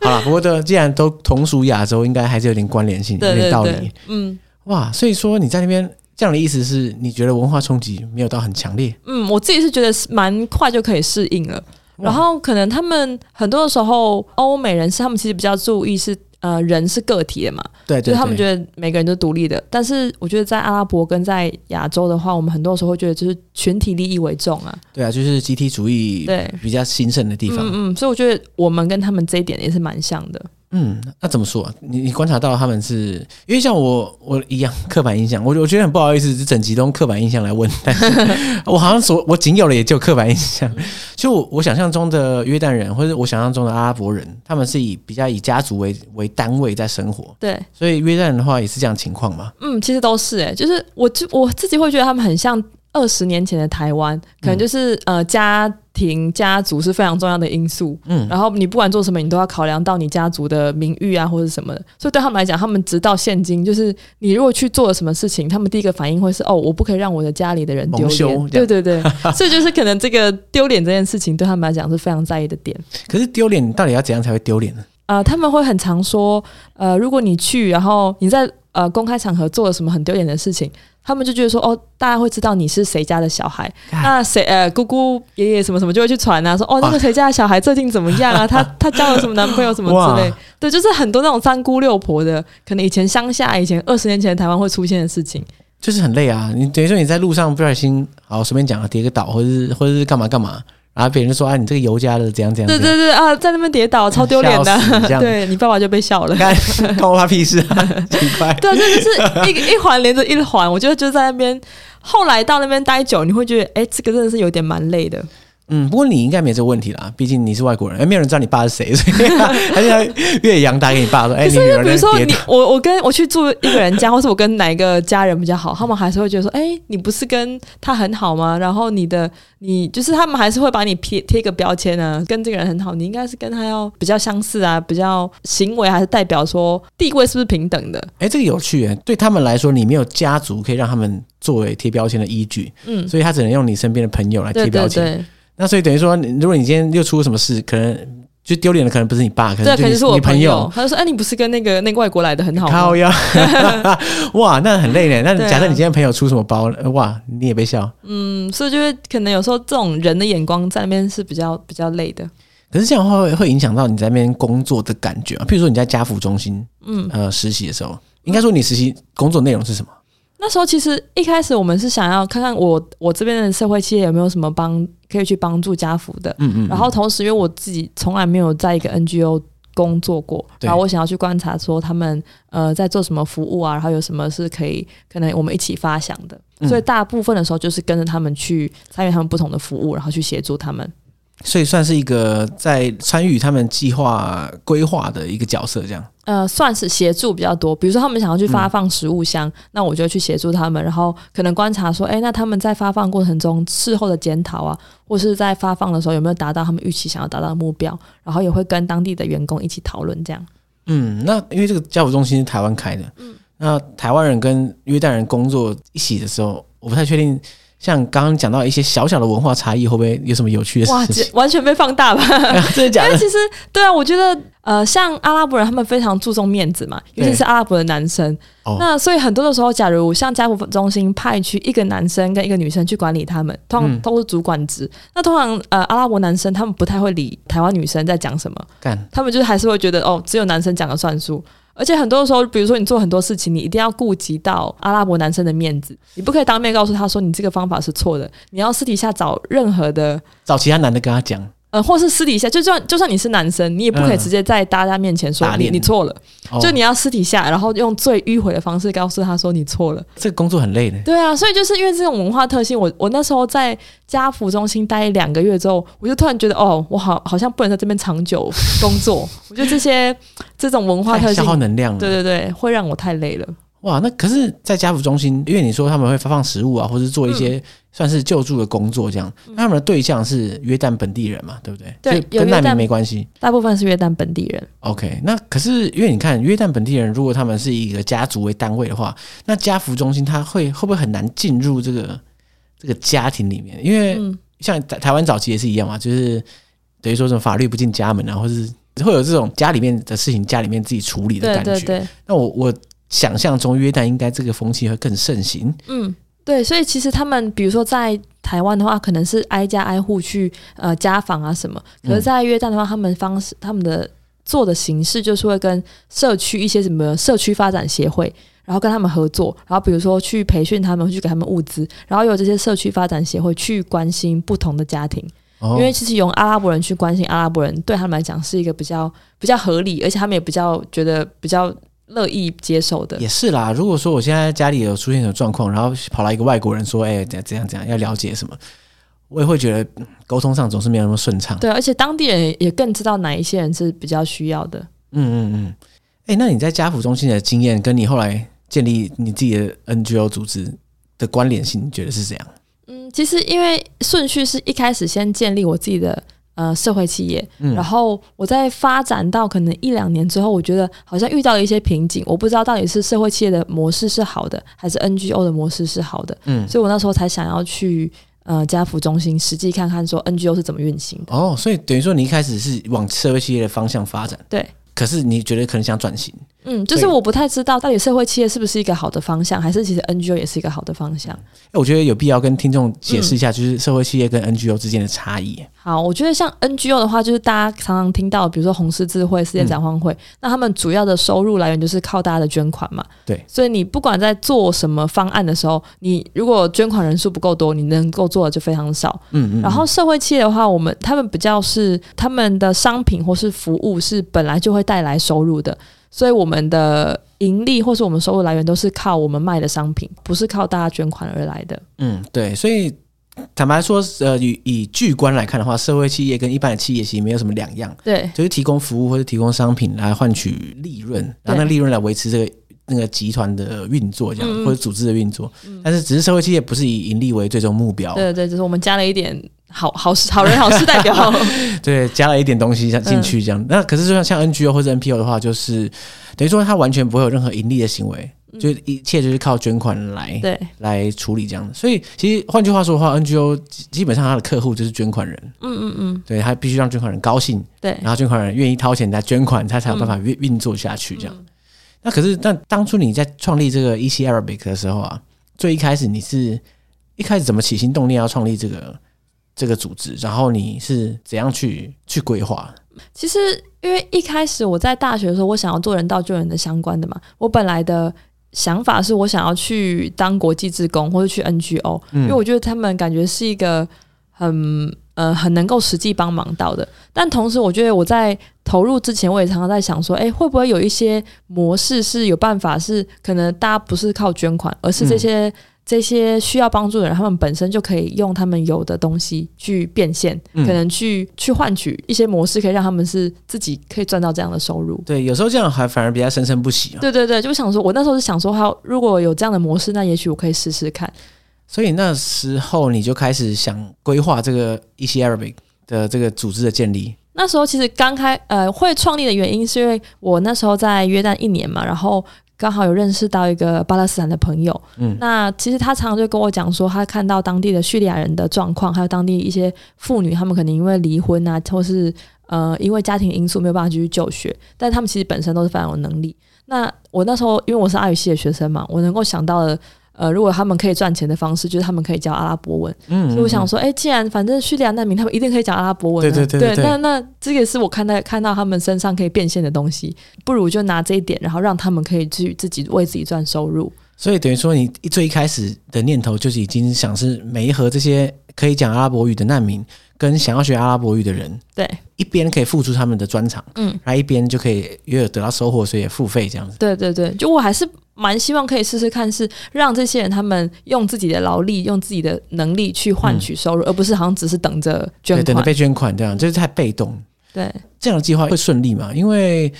Speaker 1: 好了，不过这既然都同属亚洲，应该还是有点关联性，有
Speaker 2: 对
Speaker 1: 点
Speaker 2: 对
Speaker 1: 道理。
Speaker 2: 对，嗯。
Speaker 1: 哇，所以说你在那边这样的意思是，你觉得文化冲击没有到很强烈？
Speaker 2: 嗯，我自己是觉得是蛮快就可以适应了。
Speaker 1: 哇
Speaker 2: 然后可能他们很多的时候，欧美人士他们其实比较注意是呃人是个体的嘛，
Speaker 1: 对
Speaker 2: 就
Speaker 1: 对
Speaker 2: 是他们
Speaker 1: 对，
Speaker 2: 觉得每个人都独立的。但是我觉得在阿拉伯跟在亚洲的话，我们很多时候会觉得就是群体利益为重啊。
Speaker 1: 对啊，就是集体主义
Speaker 2: 对
Speaker 1: 比较兴盛的地方。嗯
Speaker 2: 嗯嗯，所以我觉得我们跟他们这一点也是蛮像的。
Speaker 1: 那怎么说、啊？你你观察到他们是因为像我我一样刻板印象，我我觉得很不好意思，整集都用刻板印象来问， 但是我好像所我仅有的也就刻板印象。就我我想象中的约旦人，或者我想象中的阿拉伯人，他们是以比较以家族为为单位在生活，
Speaker 2: 对，
Speaker 1: 所以约旦人的话也是这样情况嘛。
Speaker 2: 嗯，其实都是哎、就是我就我自己会觉得他们很像二十年前的台湾，可
Speaker 1: 嗯
Speaker 2: 能就是、呃家庭家族是非常重要的因素。
Speaker 1: 嗯，
Speaker 2: 然后你不管做什么，你都要考量到你家族的名誉啊，或者什么的。所以对他们来讲，他们直到现今，就是你如果去做了什么事情，他们第一个反应会是哦，我不可以让我的家里的人丢
Speaker 1: 蒙羞
Speaker 2: 脸。
Speaker 1: 这样
Speaker 2: 对对对，所以就是可能这个丢脸这件事情对他们来讲是非常在意的点。
Speaker 1: 可是丢脸到底要怎样才会丢脸呢？
Speaker 2: 呃，他们会很常说，呃，如果你去，然后你在呃公开场合做了什么很丢脸的事情，他们就觉得说，哦，大家会知道你是谁家的小孩，
Speaker 1: 干
Speaker 2: 那谁呃姑姑爷爷什么什么就会去传啊，说哦那
Speaker 1: 啊
Speaker 2: 个谁家的小孩最近怎么样啊，他他交了什么男朋友什么之类
Speaker 1: 哇，
Speaker 2: 对，就是很多那种三姑六婆的，可能以前乡下，以前二十年前的台湾会出现的事情，
Speaker 1: 就是很累啊。你等于说你在路上不小心，好随便讲啊，跌个倒，或者是或者是干嘛干嘛，然后别人就说啊，你这个尤家的怎样怎样，
Speaker 2: 对对对啊，在那边跌倒超丢脸的
Speaker 1: 笑死这，样
Speaker 2: 对你爸爸就被笑了
Speaker 1: 怎。样，干 关我怕屁事啊，奇怪。
Speaker 2: 对，这就是一个一环连着一环。我觉得就在那边，后来到那边待久，你会觉得，哎、这个真的是有点蛮累的。
Speaker 1: 嗯，不过你应该没这个问题啦，毕竟你是外国人，哎，没有人知道你爸是谁，所以还是要岳阳打给你爸 说，哎，你女儿
Speaker 2: 比
Speaker 1: 在
Speaker 2: 如说
Speaker 1: 跌
Speaker 2: 你
Speaker 1: 倒。
Speaker 2: 我我跟我去住一个人家， 或是我跟哪一个家人比较好，他们还是会觉得说，哎、你不是跟他很好吗？然后你的你就是他们还是会把你贴贴一个标签啊，跟这个人很好，你应该是跟他要比较相似啊，比较行为还是代表说地位是不是平等的？
Speaker 1: 哎，这个有趣耶，对他们来说，你没有家族可以让他们作为贴标签的依据，
Speaker 2: 嗯，
Speaker 1: 所以他只能用你身边的朋友来啊贴
Speaker 2: 对
Speaker 1: 标
Speaker 2: 对
Speaker 1: 签。
Speaker 2: 对，
Speaker 1: 那所以等于说，你如果你今天又出了什么事，可能就丢脸的，可能不是你爸，可
Speaker 2: 这
Speaker 1: 能
Speaker 2: 肯
Speaker 1: 你
Speaker 2: 定是我
Speaker 1: 你朋
Speaker 2: 友。。他就说，哎、你不是跟那个那个外国来的很好
Speaker 1: 靠
Speaker 2: 吗？
Speaker 1: 呀，哇，那很累呢。那
Speaker 2: 对啊
Speaker 1: 假设你今天朋友出什么包，呃哇，你也被笑。
Speaker 2: 嗯，所以就是可能有时候这种人的眼光在那边是比较比较累的。
Speaker 1: 可是这样会会影响到你在那边工作的感觉啊。譬如说你在家福中心，嗯，呃，实习的时候，应该说你实习工作内容是什么？
Speaker 2: 那时候其实一开始我们是想要看看我我这边的社会企业有没有什么帮可以去帮助家福的，
Speaker 1: 嗯嗯，
Speaker 2: 然后同时因为我自己从来没有在一个 NGO 工作过，
Speaker 1: 对
Speaker 2: 然后我想要去观察说他们呃在做什么服务啊，然后有什么是可以可能我们一起发想的，
Speaker 1: 嗯
Speaker 2: 所以大部分的时候就是跟着他们去参与他们不同的服务，然后去协助他们。
Speaker 1: 所以算是一个在参与他们计划规划的一个角色，这样。
Speaker 2: 呃，算是协助比较多。比如说他们想要去发放食物箱，那我就去协助他们，然后可能观察说，哎，那他们在发放过程中事后的检讨啊，或是在发放的时候有没有达到他们预期想要达到的目标，然后也会跟当地的员工一起讨论这样。
Speaker 1: 嗯，那因为这个家福中心是台湾开的，
Speaker 2: 嗯
Speaker 1: 那台湾人跟约旦人工作一起的时候，我不太确定，像刚刚讲到一些小小的文化差异，会不会有什么有趣的
Speaker 2: 哇，
Speaker 1: 事
Speaker 2: 这
Speaker 1: 情？
Speaker 2: 完全被放大吧？
Speaker 1: 真的假
Speaker 2: 因为
Speaker 1: 的？
Speaker 2: 其实对啊，我觉得呃，像阿拉伯人他们非常注重面子嘛，尤其
Speaker 1: 对
Speaker 2: 是阿拉伯的男生
Speaker 1: 哦。
Speaker 2: 那所以很多的时候，假如像家福中心派去一个男生跟一个女生去管理他们，通
Speaker 1: 嗯
Speaker 2: 常都是主管职。那通常呃，阿拉伯男生他们不太会理台湾女生在讲什么，
Speaker 1: 干，
Speaker 2: 他们就是还是会觉得哦，只有男生讲了算数。而且很多的时候，比如说你做很多事情，你一定要顾及到阿拉伯男生的面子，你不可以当面告诉他说你这个方法是错的，你要私底下找任何的
Speaker 1: 找其他男的跟他讲，
Speaker 2: 呃，或是私底下，就算就算你是男生，你也不可以
Speaker 1: 嗯
Speaker 2: 直接在大家面前说
Speaker 1: 打
Speaker 2: 你
Speaker 1: 脸
Speaker 2: 你错了，
Speaker 1: 哦、
Speaker 2: 就你要私底下，然后用最迂回的方式告诉他说你错了。
Speaker 1: 这个工作很累的。
Speaker 2: 对啊，所以就是因为这种文化特性，我我那时候在家福中心待两个月之后，我就突然觉得哦，我好好像不能在这边长久工作，我觉得这些这种文化
Speaker 1: 太
Speaker 2: 特
Speaker 1: 消
Speaker 2: 性
Speaker 1: 耗，能量了。
Speaker 2: 对对对，会让我太累了。
Speaker 1: 哇，那可是，在家福中心，因为你说他们会发放食物啊，或是做一
Speaker 2: 嗯
Speaker 1: 些算是救助的工作这样，那他们的对象是约旦本地人嘛，对不对？
Speaker 2: 对
Speaker 1: 所以
Speaker 2: 有
Speaker 1: 跟
Speaker 2: 约
Speaker 1: 难民
Speaker 2: 旦
Speaker 1: 没关系。
Speaker 2: 大部分是约旦本地人，
Speaker 1: OK，那可是因为你看约旦本地人，如果他们是以一个家族为单位的话，那家福中心他会会不会很难进入这个这个家庭里面？因为
Speaker 2: 嗯，
Speaker 1: 像台台湾早期也是一样嘛，就是等于说什么法律不进家门啊，或是会有这种家里面的事情，家里面自己处理的
Speaker 2: 对
Speaker 1: 感觉。
Speaker 2: 对对，
Speaker 1: 那我我想象中约旦应该这个风气会更盛行。
Speaker 2: 嗯，对，所以其实他们比如说在台湾的话，可能是挨家挨户去呃家访啊什么，可是，在约旦的话，他们方式他们的做的形式就是会跟社区一些什么社区发展协会。然后跟他们合作，然后比如说去培训他们，去给他们物资，然后有这些社区发展协会去关心不同的家庭，
Speaker 1: 哦
Speaker 2: 因为其实用阿拉伯人去关心阿拉伯人，对他们来讲是一个比较比较合理，而且他们也比较觉得比较乐意接受的。
Speaker 1: 也是啦，如果说我现在家里有出现什么状况，然后跑来一个外国人说：“哎、怎样怎样怎样，要了解什么？”我也会觉得嗯沟通上总是没有那么顺畅。
Speaker 2: 对，而且当地人也也更知道哪一些人是比较需要的。
Speaker 1: 嗯嗯嗯。哎、那你在家福中心的经验，跟你后来建立你自己的 NGO 组织的关联性，你觉得是怎样？
Speaker 2: 嗯，其实因为顺序是一开始先建立我自己的呃社会企业，
Speaker 1: 嗯
Speaker 2: 然后我在发展到可能一两年之后，我觉得好像遇到了一些瓶颈，我不知道到底是社会企业的模式是好的，还是 NGO 的模式是好的，
Speaker 1: 嗯，
Speaker 2: 所以我那时候才想要去呃家福中心实际看看说 NGO 是怎么运行的。
Speaker 1: 哦，所以等于说你一开始是往社会企业的方向发展，
Speaker 2: 对。
Speaker 1: 可是你觉得可能想转型，
Speaker 2: 嗯，就是
Speaker 1: 对
Speaker 2: 我不太知道到底社会企业是不是一个好的方向，还是其实 NGO 也是一个好的方向。
Speaker 1: 哎我觉得有必要跟听众解释一下，就是社会企业跟 NGO 之间的差异。
Speaker 2: 好，我觉得像 NGO 的话，就是大家常常听到，比如说红十字会、
Speaker 1: 嗯
Speaker 2: 世界展望会，那他们主要的收入来源就是靠大家的捐款嘛。
Speaker 1: 对
Speaker 2: 所以你不管在做什么方案的时候，你如果捐款人数不够多，你能够做的就非常少。
Speaker 1: 嗯嗯，
Speaker 2: 然后社会企业的话，我们他们比较是他们的商品或是服务是本来就会带来收入的，所以我们的盈利或是我们收入来源都是靠我们卖的商品，不是靠大家捐款而来的。
Speaker 1: 嗯，对，所以坦白说，呃，以以巨观来看的话，社会企业跟一般的企业其实没有什么两样，
Speaker 2: 对
Speaker 1: 就是提供服务或者提供商品来换取利润，然后那利润来维持这个那个集团的运作，这样、
Speaker 2: 嗯
Speaker 1: 或者组织的运作。但是，只是社会企业不是以盈利为最终目标，
Speaker 2: 对对，就是我们加了一点好好事好人好事代表，
Speaker 1: 对，加了一点东西像进去
Speaker 2: 嗯
Speaker 1: 这样。那可是就像像 NGO 或者 NPO 的话，就是等于说它完全不会有任何盈利的行为，就一切就是靠捐款来
Speaker 2: 嗯对，
Speaker 1: 来处理这样的。所以其实换句话说的话，NGO 基基本上它的客户就是捐款人，
Speaker 2: 嗯嗯嗯，
Speaker 1: 对，它必须让捐款人高兴，
Speaker 2: 对，嗯
Speaker 1: 然后捐款人愿意掏钱来捐款，它才有办法运运作下去这样。那可是，但当初你在创立这个 EC Arabic 的时候啊，最一开始你是一开始怎么起心动念要创立这个这个组织，然后你是怎样去去规划？
Speaker 2: 其实因为一开始我在大学的时候，我想要做人道救援的相关的嘛，我本来的。想法是我想要去当国际志工或者去 NGO，、因为我觉得他们感觉是一个很呃很能够实际帮忙到的。但同时，我觉得我在投入之前，我也常常在想说，诶，会不会有一些模式是有办法是可能大家不是靠捐款，而是这些、这些需要帮助的人，他们本身就可以用他们有的东西去变现，
Speaker 1: 嗯
Speaker 2: 可能去去换取一些模式，可以让他们是自己可以赚到这样的收入。
Speaker 1: 对，有时候这样还反而比较生生不息啊。
Speaker 2: 对对对，就想说，我那时候是想说，好，如果有这样的模式，那也许我可以试试看。
Speaker 1: 所以那时候你就开始想规划这个 EC Arabic 的这个组织的建立。
Speaker 2: 那时候其实刚开呃会创立的原因是因为我那时候在约旦一年嘛，然后刚好有认识到一个巴勒斯坦的朋友，
Speaker 1: 嗯
Speaker 2: 那其实他常常就跟我讲说，他看到当地的叙利亚人的状况，还有当地一些妇女，他们可能因为离婚啊，或是呃因为家庭因素没有办法继续就学，但他们其实本身都是非常有能力。那我那时候因为我是阿语系的学生嘛，我能够想到的。呃，如果他们可以赚钱的方式，就是他们可以教阿拉伯文，
Speaker 1: 嗯
Speaker 2: 所以我想，说，哎、既然反正叙利亚难民他们一定可以讲阿拉伯文啊、
Speaker 1: 对对对对对
Speaker 2: 那那这个是我看到看到他们身上可以变现的东西，不如就拿这一点，然后让他们可以去自己为自己赚收入。
Speaker 1: 所以等于说你一最一开始的念头就是已经想是媒合这些可以讲阿拉伯语的难民跟想要学阿拉伯语的人，
Speaker 2: 对
Speaker 1: 一边可以付出他们的专长，
Speaker 2: 嗯，
Speaker 1: 然后一边就可以也有得到收获，所以也付费这样子。
Speaker 2: 对对对，就我还是蛮希望可以试试看，是让这些人他们用自己的劳力、用自己的能力去换取收入，而不是好像只是等着
Speaker 1: 嗯
Speaker 2: 捐
Speaker 1: 对，等着
Speaker 2: 款。
Speaker 1: 被捐款这样，就是太被动。
Speaker 2: 对
Speaker 1: 这样的计划会顺利吗？因为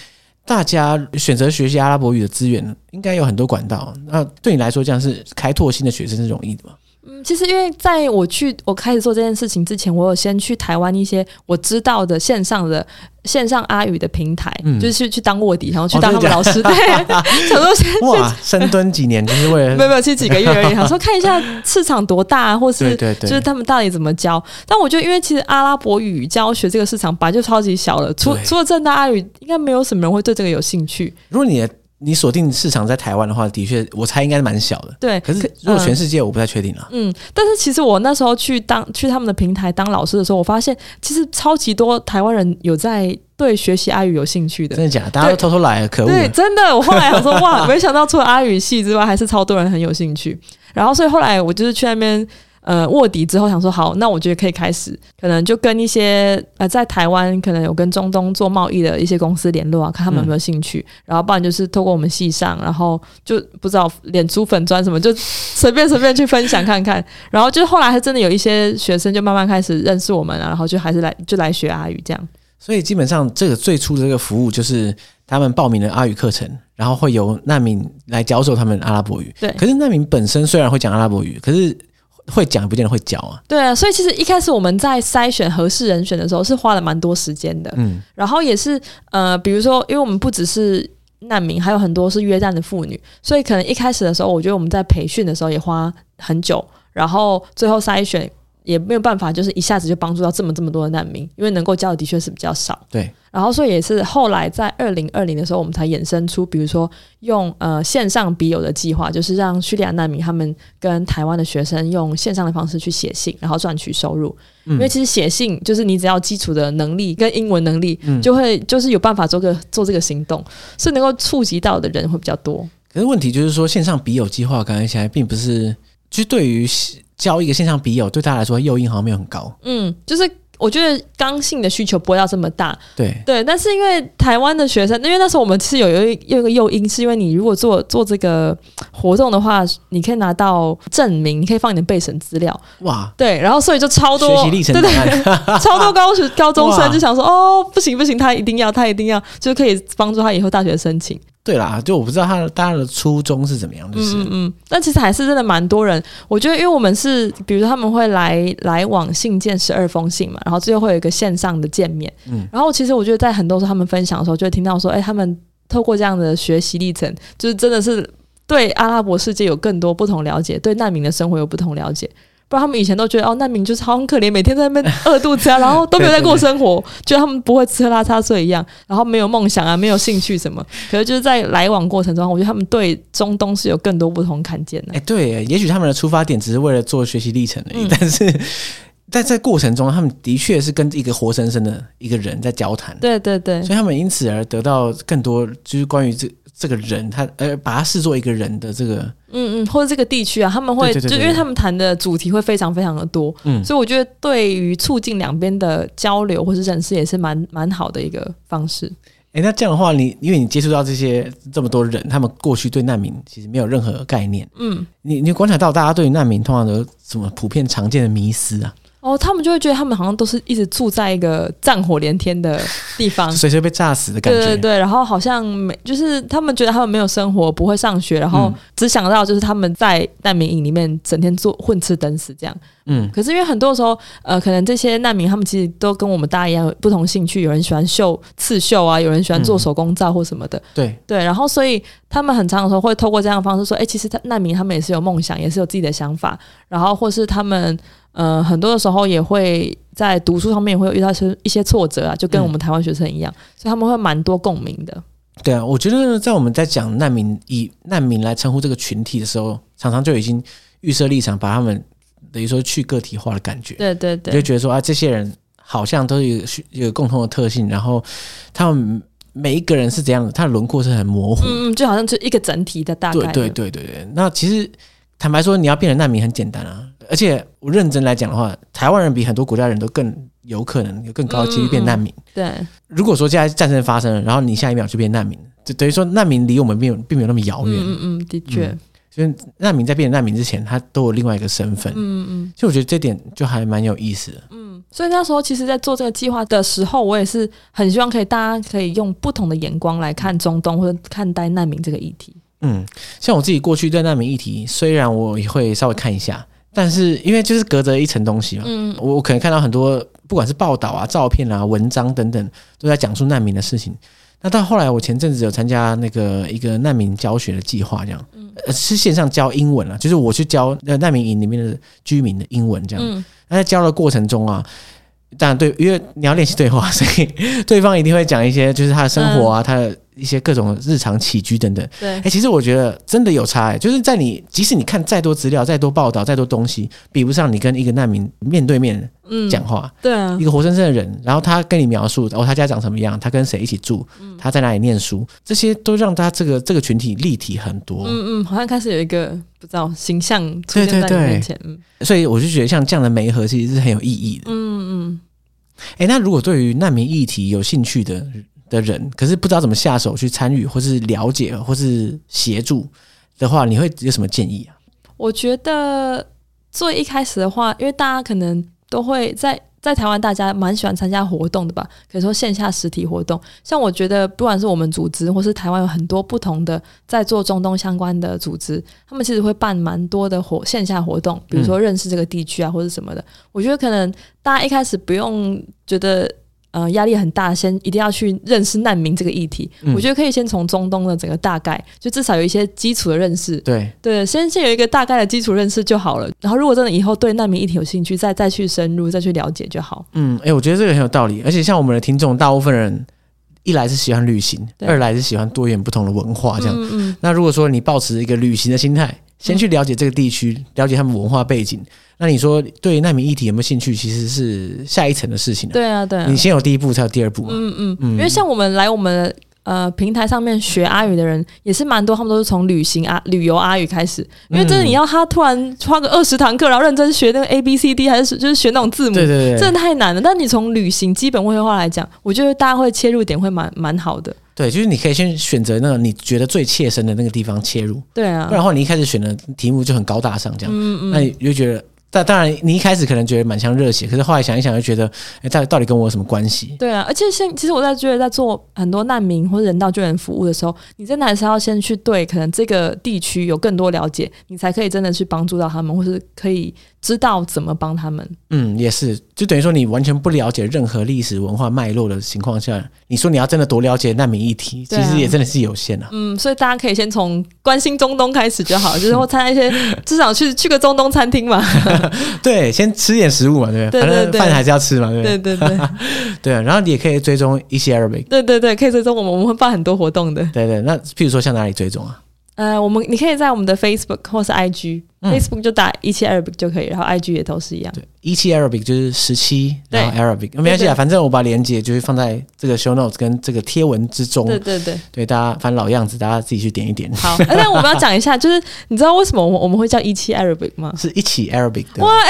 Speaker 1: 大家选择学习阿拉伯语的资源应该有很多管道，那对你来说，这样是开拓新的学生是容易 的吗？
Speaker 2: 嗯，其实因为在我去我开始做这件事情之前，我有先去台湾一些我知道的线上的线上阿语的平台，就是去去当卧底，然后
Speaker 1: 嗯
Speaker 2: 去
Speaker 1: 哦
Speaker 2: 当他们
Speaker 1: 真的
Speaker 2: 老 师，对，想说先
Speaker 1: 哇，深蹲几年就是为
Speaker 2: 没
Speaker 1: 了
Speaker 2: 有 没有，其实几个 月而已，想说看一下市场多大、啊，或
Speaker 1: 对
Speaker 2: 是。
Speaker 1: 对
Speaker 2: 就
Speaker 1: 对，
Speaker 2: 是他们到底怎么教？但我觉得，因为其实阿拉伯语教学这个市场本来就超级小了，除
Speaker 1: 对
Speaker 2: 除了正大阿语，应该没有什么人会对这个有兴趣。
Speaker 1: 如果你的你锁定市场在台湾的话，的确我猜应该是蛮小的。
Speaker 2: 对，
Speaker 1: 可是如果全
Speaker 2: 嗯
Speaker 1: 世界，我不太确定了。
Speaker 2: 嗯，但是其实我那时候去当去他们的平台当老师的时候，我发现其实超级多台湾人有在对学习阿语有兴趣的
Speaker 1: 真。的假的？大家都偷偷来了，可恶！
Speaker 2: 嗯对，真的，我后来想说，哇， 没想到除了阿语系之外，还是超多人很有兴趣。然后，所以后来我就是去那边呃卧底之后，想说，好，那我觉得可以开始，可能就跟一些呃在台湾可能有跟中东做贸易的一些公司联络啊，看他们有没有兴趣。
Speaker 1: 嗯
Speaker 2: 然后，不然就是透过我们系上，然后就不知道脸书粉砖什么，就随便随便去分享看看。然后，就后来还真的有一些学生就慢慢开始认识我们啊，然后就还是来就来学阿语这样。
Speaker 1: 所以基本上这个最初的这个服务就是他们报名了阿语课程，然后会由难民来教授他们阿拉伯语。
Speaker 2: 对
Speaker 1: 可是难民本身虽然会讲阿拉伯语，可是会讲不见得会教啊。
Speaker 2: 对啊，所以其实一开始我们在筛选合适人选的时候是花了蛮多时间的，
Speaker 1: 嗯，
Speaker 2: 然后也是呃，比如说，因为我们不只是难民，还有很多是约旦的妇女，所以可能一开始的时候，我觉得我们在培训的时候也花很久，然后最后筛选也没有办法，就是一下子就帮助到这么这么多的难民，因为能够教的的确是比较少。
Speaker 1: 对，
Speaker 2: 然后所以也是后来在二零二零的时候，我们才衍生出，比如说用呃线上笔友的计划，就是让叙利亚难民他们跟台湾的学生用线上的方式去写信，然后赚取收入。因为其实写信就是你只要基础的能力跟英文能力，就会就是有办法做个做这个行动，所以能够触及到的人会比较多。
Speaker 1: 可是问题就是说，线上笔友计划刚才起来并不是，就对于交一个线上笔友对大家来说诱因好像没有很高。
Speaker 2: 嗯，就是我觉得刚性的需求不会到这么大，
Speaker 1: 对，
Speaker 2: 对，但是因为台湾的学生，因为那时候我们是有有一有一个诱因，是因为你如果做做这个活动的话，你可以拿到证明，你可以放你的备审资料，
Speaker 1: 哇，
Speaker 2: 对，然后所以就超多，
Speaker 1: 学习历程
Speaker 2: 对
Speaker 1: 档
Speaker 2: 对
Speaker 1: 案，
Speaker 2: 超多高学高中
Speaker 1: 哇
Speaker 2: 生就想说，哦，不行不行，他一定要，他一定要，就可以帮助他以后大学申请。
Speaker 1: 对啦，就我不知道他的大家的初衷是怎么样，就是
Speaker 2: 嗯嗯，但其实还是真的蛮多人。我觉得，因为我们是，比如说他们会来来往信件十二封信嘛，然后最后会有一个线上的见面。
Speaker 1: 嗯
Speaker 2: 然后其实我觉得在很多时候他们分享的时候，就会听到说，哎、他们透过这样的学习历程，就是真的是对阿拉伯世界有更多不同了解，对难民的生活有不同了解。不然他们以前都觉得哦，难民就是好很可怜，每天在那边饿肚子啊，然后都没有在过生活，觉得他们不会吃喝拉撒睡一样，然后没有梦想啊，没有兴趣什么。 可是就是在来往过程中，我觉得他们对中东是有更多不同看见的
Speaker 1: 哎、。对耶，也许他们的出发点只是为了做学习历程而已，
Speaker 2: 嗯
Speaker 1: 但是但在过程中，他们的确是跟一个活生生的一个人在交谈，
Speaker 2: 对对对，
Speaker 1: 所以他们因此而得到更多，就是关于这这个人，他呃，把他视作一个人的这个，
Speaker 2: 嗯嗯，或者这个地区啊，他们会
Speaker 1: 对对对
Speaker 2: 就
Speaker 1: 对
Speaker 2: 因为他们谈的主题会非常非常的多，
Speaker 1: 嗯，
Speaker 2: 所以我觉得对于促进两边的交流或是认识也是蛮蛮好的一个方 式。
Speaker 1: 哎、那这样的话，你因为你接触到这些这么多人，他们过去对难民其实没有任何概念，
Speaker 2: 嗯，
Speaker 1: 你你观察到大家对于难民通常都有什么普遍常见的迷思啊，
Speaker 2: 哦，他们就会觉得他们好像都是一直住在一个战火连天的地方
Speaker 1: 就，随时被炸死的感
Speaker 2: 对
Speaker 1: 觉，
Speaker 2: 对对，然后好像没，就是他们觉得他们没有生活，不会上学，然后
Speaker 1: 嗯
Speaker 2: 只想到就是他们在难民营里面整天做混吃等死这样。
Speaker 1: 嗯，
Speaker 2: 可是因为很多时候，呃，可能这些难民他们其实都跟我们大家一样有不同兴趣，有人喜欢绣刺绣啊，有人喜欢做
Speaker 1: 嗯
Speaker 2: 手工皂或什么的，
Speaker 1: 对，
Speaker 2: 对。然后所以他们很常的时候会透过这样的方式说，哎、其实他难民他们也是有梦想，也是有自己的想法，然后或是他们。呃，很多的时候也会在读书上面也会有遇到一些一些挫折啊，就
Speaker 1: 嗯
Speaker 2: 跟我们台湾学生一样，所以他们会蛮多共鸣的。
Speaker 1: 对啊，我觉得在我们在讲难民以难民来称呼这个群体的时候，常常就已经预设立场，把他们等于说去个体化的感觉，
Speaker 2: 对对
Speaker 1: 你就
Speaker 2: 对，
Speaker 1: 觉得说啊，这些人好像都有有共同的特性，然后他们每一个人是怎样的，他的轮廓是很模糊的。
Speaker 2: 嗯嗯，就好像就一个整体的大概
Speaker 1: 对
Speaker 2: 的，
Speaker 1: 对对对对，那其实坦白说，你要变成难民很简单啊，而且我认真来讲的话，台湾人比很多国家人都更有可能有更高的几率
Speaker 2: 嗯
Speaker 1: 变难民。
Speaker 2: 对
Speaker 1: 如果说现在战争发生了，然后你下一秒就变难民，就等于说难民离我们并没有并没有那么遥
Speaker 2: 嗯
Speaker 1: 远。
Speaker 2: 嗯嗯，的确，
Speaker 1: 嗯所以难民在变成难民之前，他都有另外一个身份。
Speaker 2: 嗯嗯。
Speaker 1: 其实我觉得这点就还蛮有意思的。
Speaker 2: 所以那时候其实，在做这个计划的时候，我也是很希望可以大家可以用不同的眼光来看中东或者看待难民这个议题。
Speaker 1: 嗯，像我自己过去对难民议题，虽然我也会稍微看一下，但是因为就是隔着一层东西嘛，
Speaker 2: 嗯
Speaker 1: 我我可能看到很多不管是报道啊、照片啊、文章等等，都在讲述难民的事情。那到后来，我前阵子有参加那个一个难民教学的计划，这样，呃，是线上教英文啊，就是我去教呃难民营里面的居民的英文这样。
Speaker 2: 嗯
Speaker 1: 那在教的过程中啊，当然对，因为你要练习对话，所以 对方一定会讲一些就是他的生活啊，他的一些各种日常起居等等。
Speaker 2: 对
Speaker 1: 哎、，其实我觉得真的有差、欸，就是在你即使你看再多资料、再多报道、再多东西，比不上你跟一个难民面对面
Speaker 2: 嗯，
Speaker 1: 讲话，
Speaker 2: 对啊
Speaker 1: 一，个活生生的人，然后他跟你描述哦，他家长什么样，他跟谁一起住，
Speaker 2: 嗯
Speaker 1: 他在哪里念书，这些都让他这个这个群体立体很多。
Speaker 2: 嗯嗯，好像开始有一个不知道形象出现
Speaker 1: 对
Speaker 2: 在
Speaker 1: 对
Speaker 2: 你
Speaker 1: 对
Speaker 2: 面前。嗯
Speaker 1: 所以我就觉得像这样的媒合其实是很有意义的。
Speaker 2: 嗯嗯，
Speaker 1: 哎、那如果对于难民议题有兴趣的的人，可是不知道怎么下手去参与，或是了解，或是协助的话，你会有什么建议啊？
Speaker 2: 我觉得最一开始的话，因为大家可能都会在。在台湾，大家蛮喜欢参加活动的吧？可以说线下实体活动，像我觉得，不管是我们组织，或是台湾有很多不同的在做中东相关的组织，他们其实会办蛮多的活线下活动，比如说认识这个地区啊，或者什么的。我觉得可能大家一开始不用觉得呃压力很大，先一定要去认识难民这个议题。
Speaker 1: 嗯
Speaker 2: 我觉得可以先从中东的整个大概，就至少有一些基础的认识，
Speaker 1: 嗯对，
Speaker 2: 对，先先有一个大概的基础认识就好了。然后，如果真的以后对难民议题有兴趣，再再去深入，再去了解就好。
Speaker 1: 嗯，哎、我觉得这个很有道理，而且像我们的听众，大部分人一来是喜欢旅行，
Speaker 2: 对
Speaker 1: 二来是喜欢多元不同的文化这样。
Speaker 2: 嗯嗯，
Speaker 1: 那如果说你保持一个旅行的心态，先去了解这个地区，了解他们文化背景，那你说对难民议题有没有兴趣，其实是下一层的事情、啊。
Speaker 2: 对啊，对啊
Speaker 1: 你。先有第一步，才有第二步嘛。
Speaker 2: 嗯嗯，
Speaker 1: 嗯
Speaker 2: 因为像我们来我们呃平台上面学阿语的人也是蛮多，他们都是从旅行啊、旅游阿语开始，因为真的你要他突然花个二十堂课，然后认真学那个 A B C D，还是就是学那种字母，
Speaker 1: 对对对
Speaker 2: 真的太难了。但你从旅行基本绘画来讲，我觉得大家会切入点会蛮蛮好的。
Speaker 1: 对，就是你可以先选择那个你觉得最切身的那个地方切入，
Speaker 2: 对啊，嗯
Speaker 1: 不然的话你一开始选的题目就很高大上这样，那你就觉得。但当然，你一开始可能觉得满腔热血，可是后来想一想，就觉得，哎，到底到底跟我有什么关系？
Speaker 2: 对啊，而且现其实我在觉得，在做很多难民或者人道救援服务的时候，你真的还是要先去对可能这个地区有更多了解，你才可以真的去帮助到他们，或是可以知道怎么帮他们。
Speaker 1: 嗯，也是，就等于说你完全不了解任何历史文化脉络的情况下，你说你要真的多了解难民议题，
Speaker 2: 对
Speaker 1: 其
Speaker 2: 啊
Speaker 1: 实也真的是有限啊。
Speaker 2: 嗯，所以大家可以先从关心中东开始就好，就是或参加一 些，至少去去个中东餐厅嘛。
Speaker 1: 对，先吃点食物嘛，对不
Speaker 2: 对对
Speaker 1: 反正
Speaker 2: 对
Speaker 1: 饭还是要吃嘛，对不
Speaker 2: 对
Speaker 1: 对？
Speaker 2: 对 对
Speaker 1: 对啊，然后你也可以追踪一些 Arabic。
Speaker 2: 对对对，可以追踪我们，我们会办很多活动的。
Speaker 1: 对对，那譬如说像哪里追踪啊？
Speaker 2: 呃，我们你可以在我们的 Facebook 或是 IG，Facebook、
Speaker 1: 嗯
Speaker 2: Facebook 就打一七 Arabic 就可以，然后 IG 也都是一样。
Speaker 1: 对，一期 Arabic 就是十七，
Speaker 2: 对
Speaker 1: 然后 Arabic 没关系
Speaker 2: 对
Speaker 1: 啊，
Speaker 2: 对
Speaker 1: 反正我把链接就是放在这个 show notes 跟这个贴文之中。
Speaker 2: 对对对。
Speaker 1: 对，大家反正老样子，大家自己去点一点，
Speaker 2: 好，但我们要讲一下，就是你知道为什么我们我们会叫一期 Arabic 吗？
Speaker 1: 是一起 Arabic 的，
Speaker 2: 哇，哎、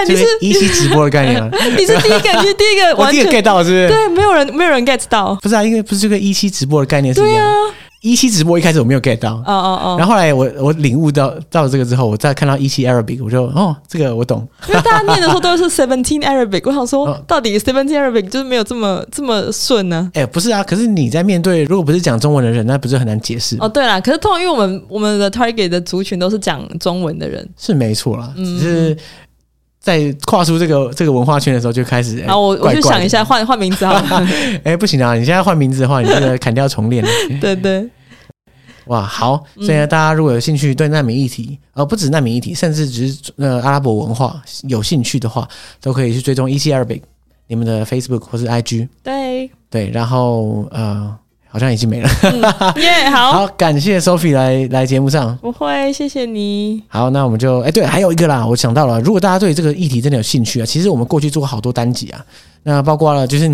Speaker 2: 对耶，你
Speaker 1: 啊就是是一期直播的概 念吗？
Speaker 2: 你是第一个，你是第一个
Speaker 1: 我
Speaker 2: 完
Speaker 1: 第一
Speaker 2: 全
Speaker 1: 个 get 到是不是？
Speaker 2: 对，没有人没有人 get 到，
Speaker 1: 不是啊，因为不是这个一期直播的概念是一
Speaker 2: 对
Speaker 1: 样的。
Speaker 2: 啊，
Speaker 1: 一期直播一开始我没有 get 到，
Speaker 2: 哦哦
Speaker 1: 然后后来我我领悟到到这个之后，我再看到一期 Arabic，我就哦，这个我懂。
Speaker 2: 哦，因为大家念的时候 都是 seventeen Arabic，我想说
Speaker 1: 哦
Speaker 2: 到底 seventeen Arabic 就是没有这么这么顺呢、
Speaker 1: 哎，不是啊，可是你在面对如果不是讲中文的人，那不是很难解释？
Speaker 2: 哦，对啦，可是通常因为我们我们的 target 的族群都是讲中文的人，
Speaker 1: 是没错
Speaker 2: 嗯
Speaker 1: 啦，只是在跨出这个这个文化圈的时候就开始。哎
Speaker 2: 然啊后我我
Speaker 1: 怪
Speaker 2: 就
Speaker 1: 怪
Speaker 2: 想一下换换名字好 了，
Speaker 1: 的，哎，不行啊，你现在换名字的话，你这个砍掉重练。
Speaker 2: 对对
Speaker 1: 哇，好，所以呢，大家如果有兴趣对难民议题，呃，不止难民议题，甚至只是呃阿拉伯文化有兴趣的话，都可以去追踪 E C Arabic 你们的 Facebook 或是 IG。
Speaker 2: 对，
Speaker 1: 对，然后呃，好像已经没了。
Speaker 2: 耶、好，
Speaker 1: 好，感谢 Sophie 来来节目上。
Speaker 2: 不会，谢谢你，
Speaker 1: 好，那我们就哎、对，还有一个啦，我想到了，如果大家对这个议题真的有兴趣啊，其实我们过去做过好多单集啊，那包括了就是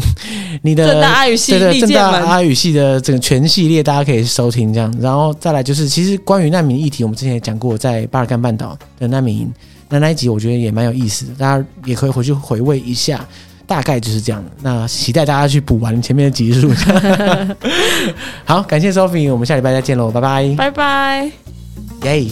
Speaker 1: 你的
Speaker 2: 正 大阿语系
Speaker 1: 对对
Speaker 2: 利
Speaker 1: 正
Speaker 2: 剑
Speaker 1: 大
Speaker 2: 们，
Speaker 1: 阿语系的整个全系列，大家可以收听这样。然后再来就是，其实关于难民议题，我们之前也讲过，在巴尔干半岛的难民营，那那一集我觉得也蛮有意思的，大家也可以回去回味一下。大概就是这样，那期待大家去补完前面的集数。 好，感谢 Sophie，我们下礼拜再见喽，拜拜，
Speaker 2: 拜拜。
Speaker 1: 耶、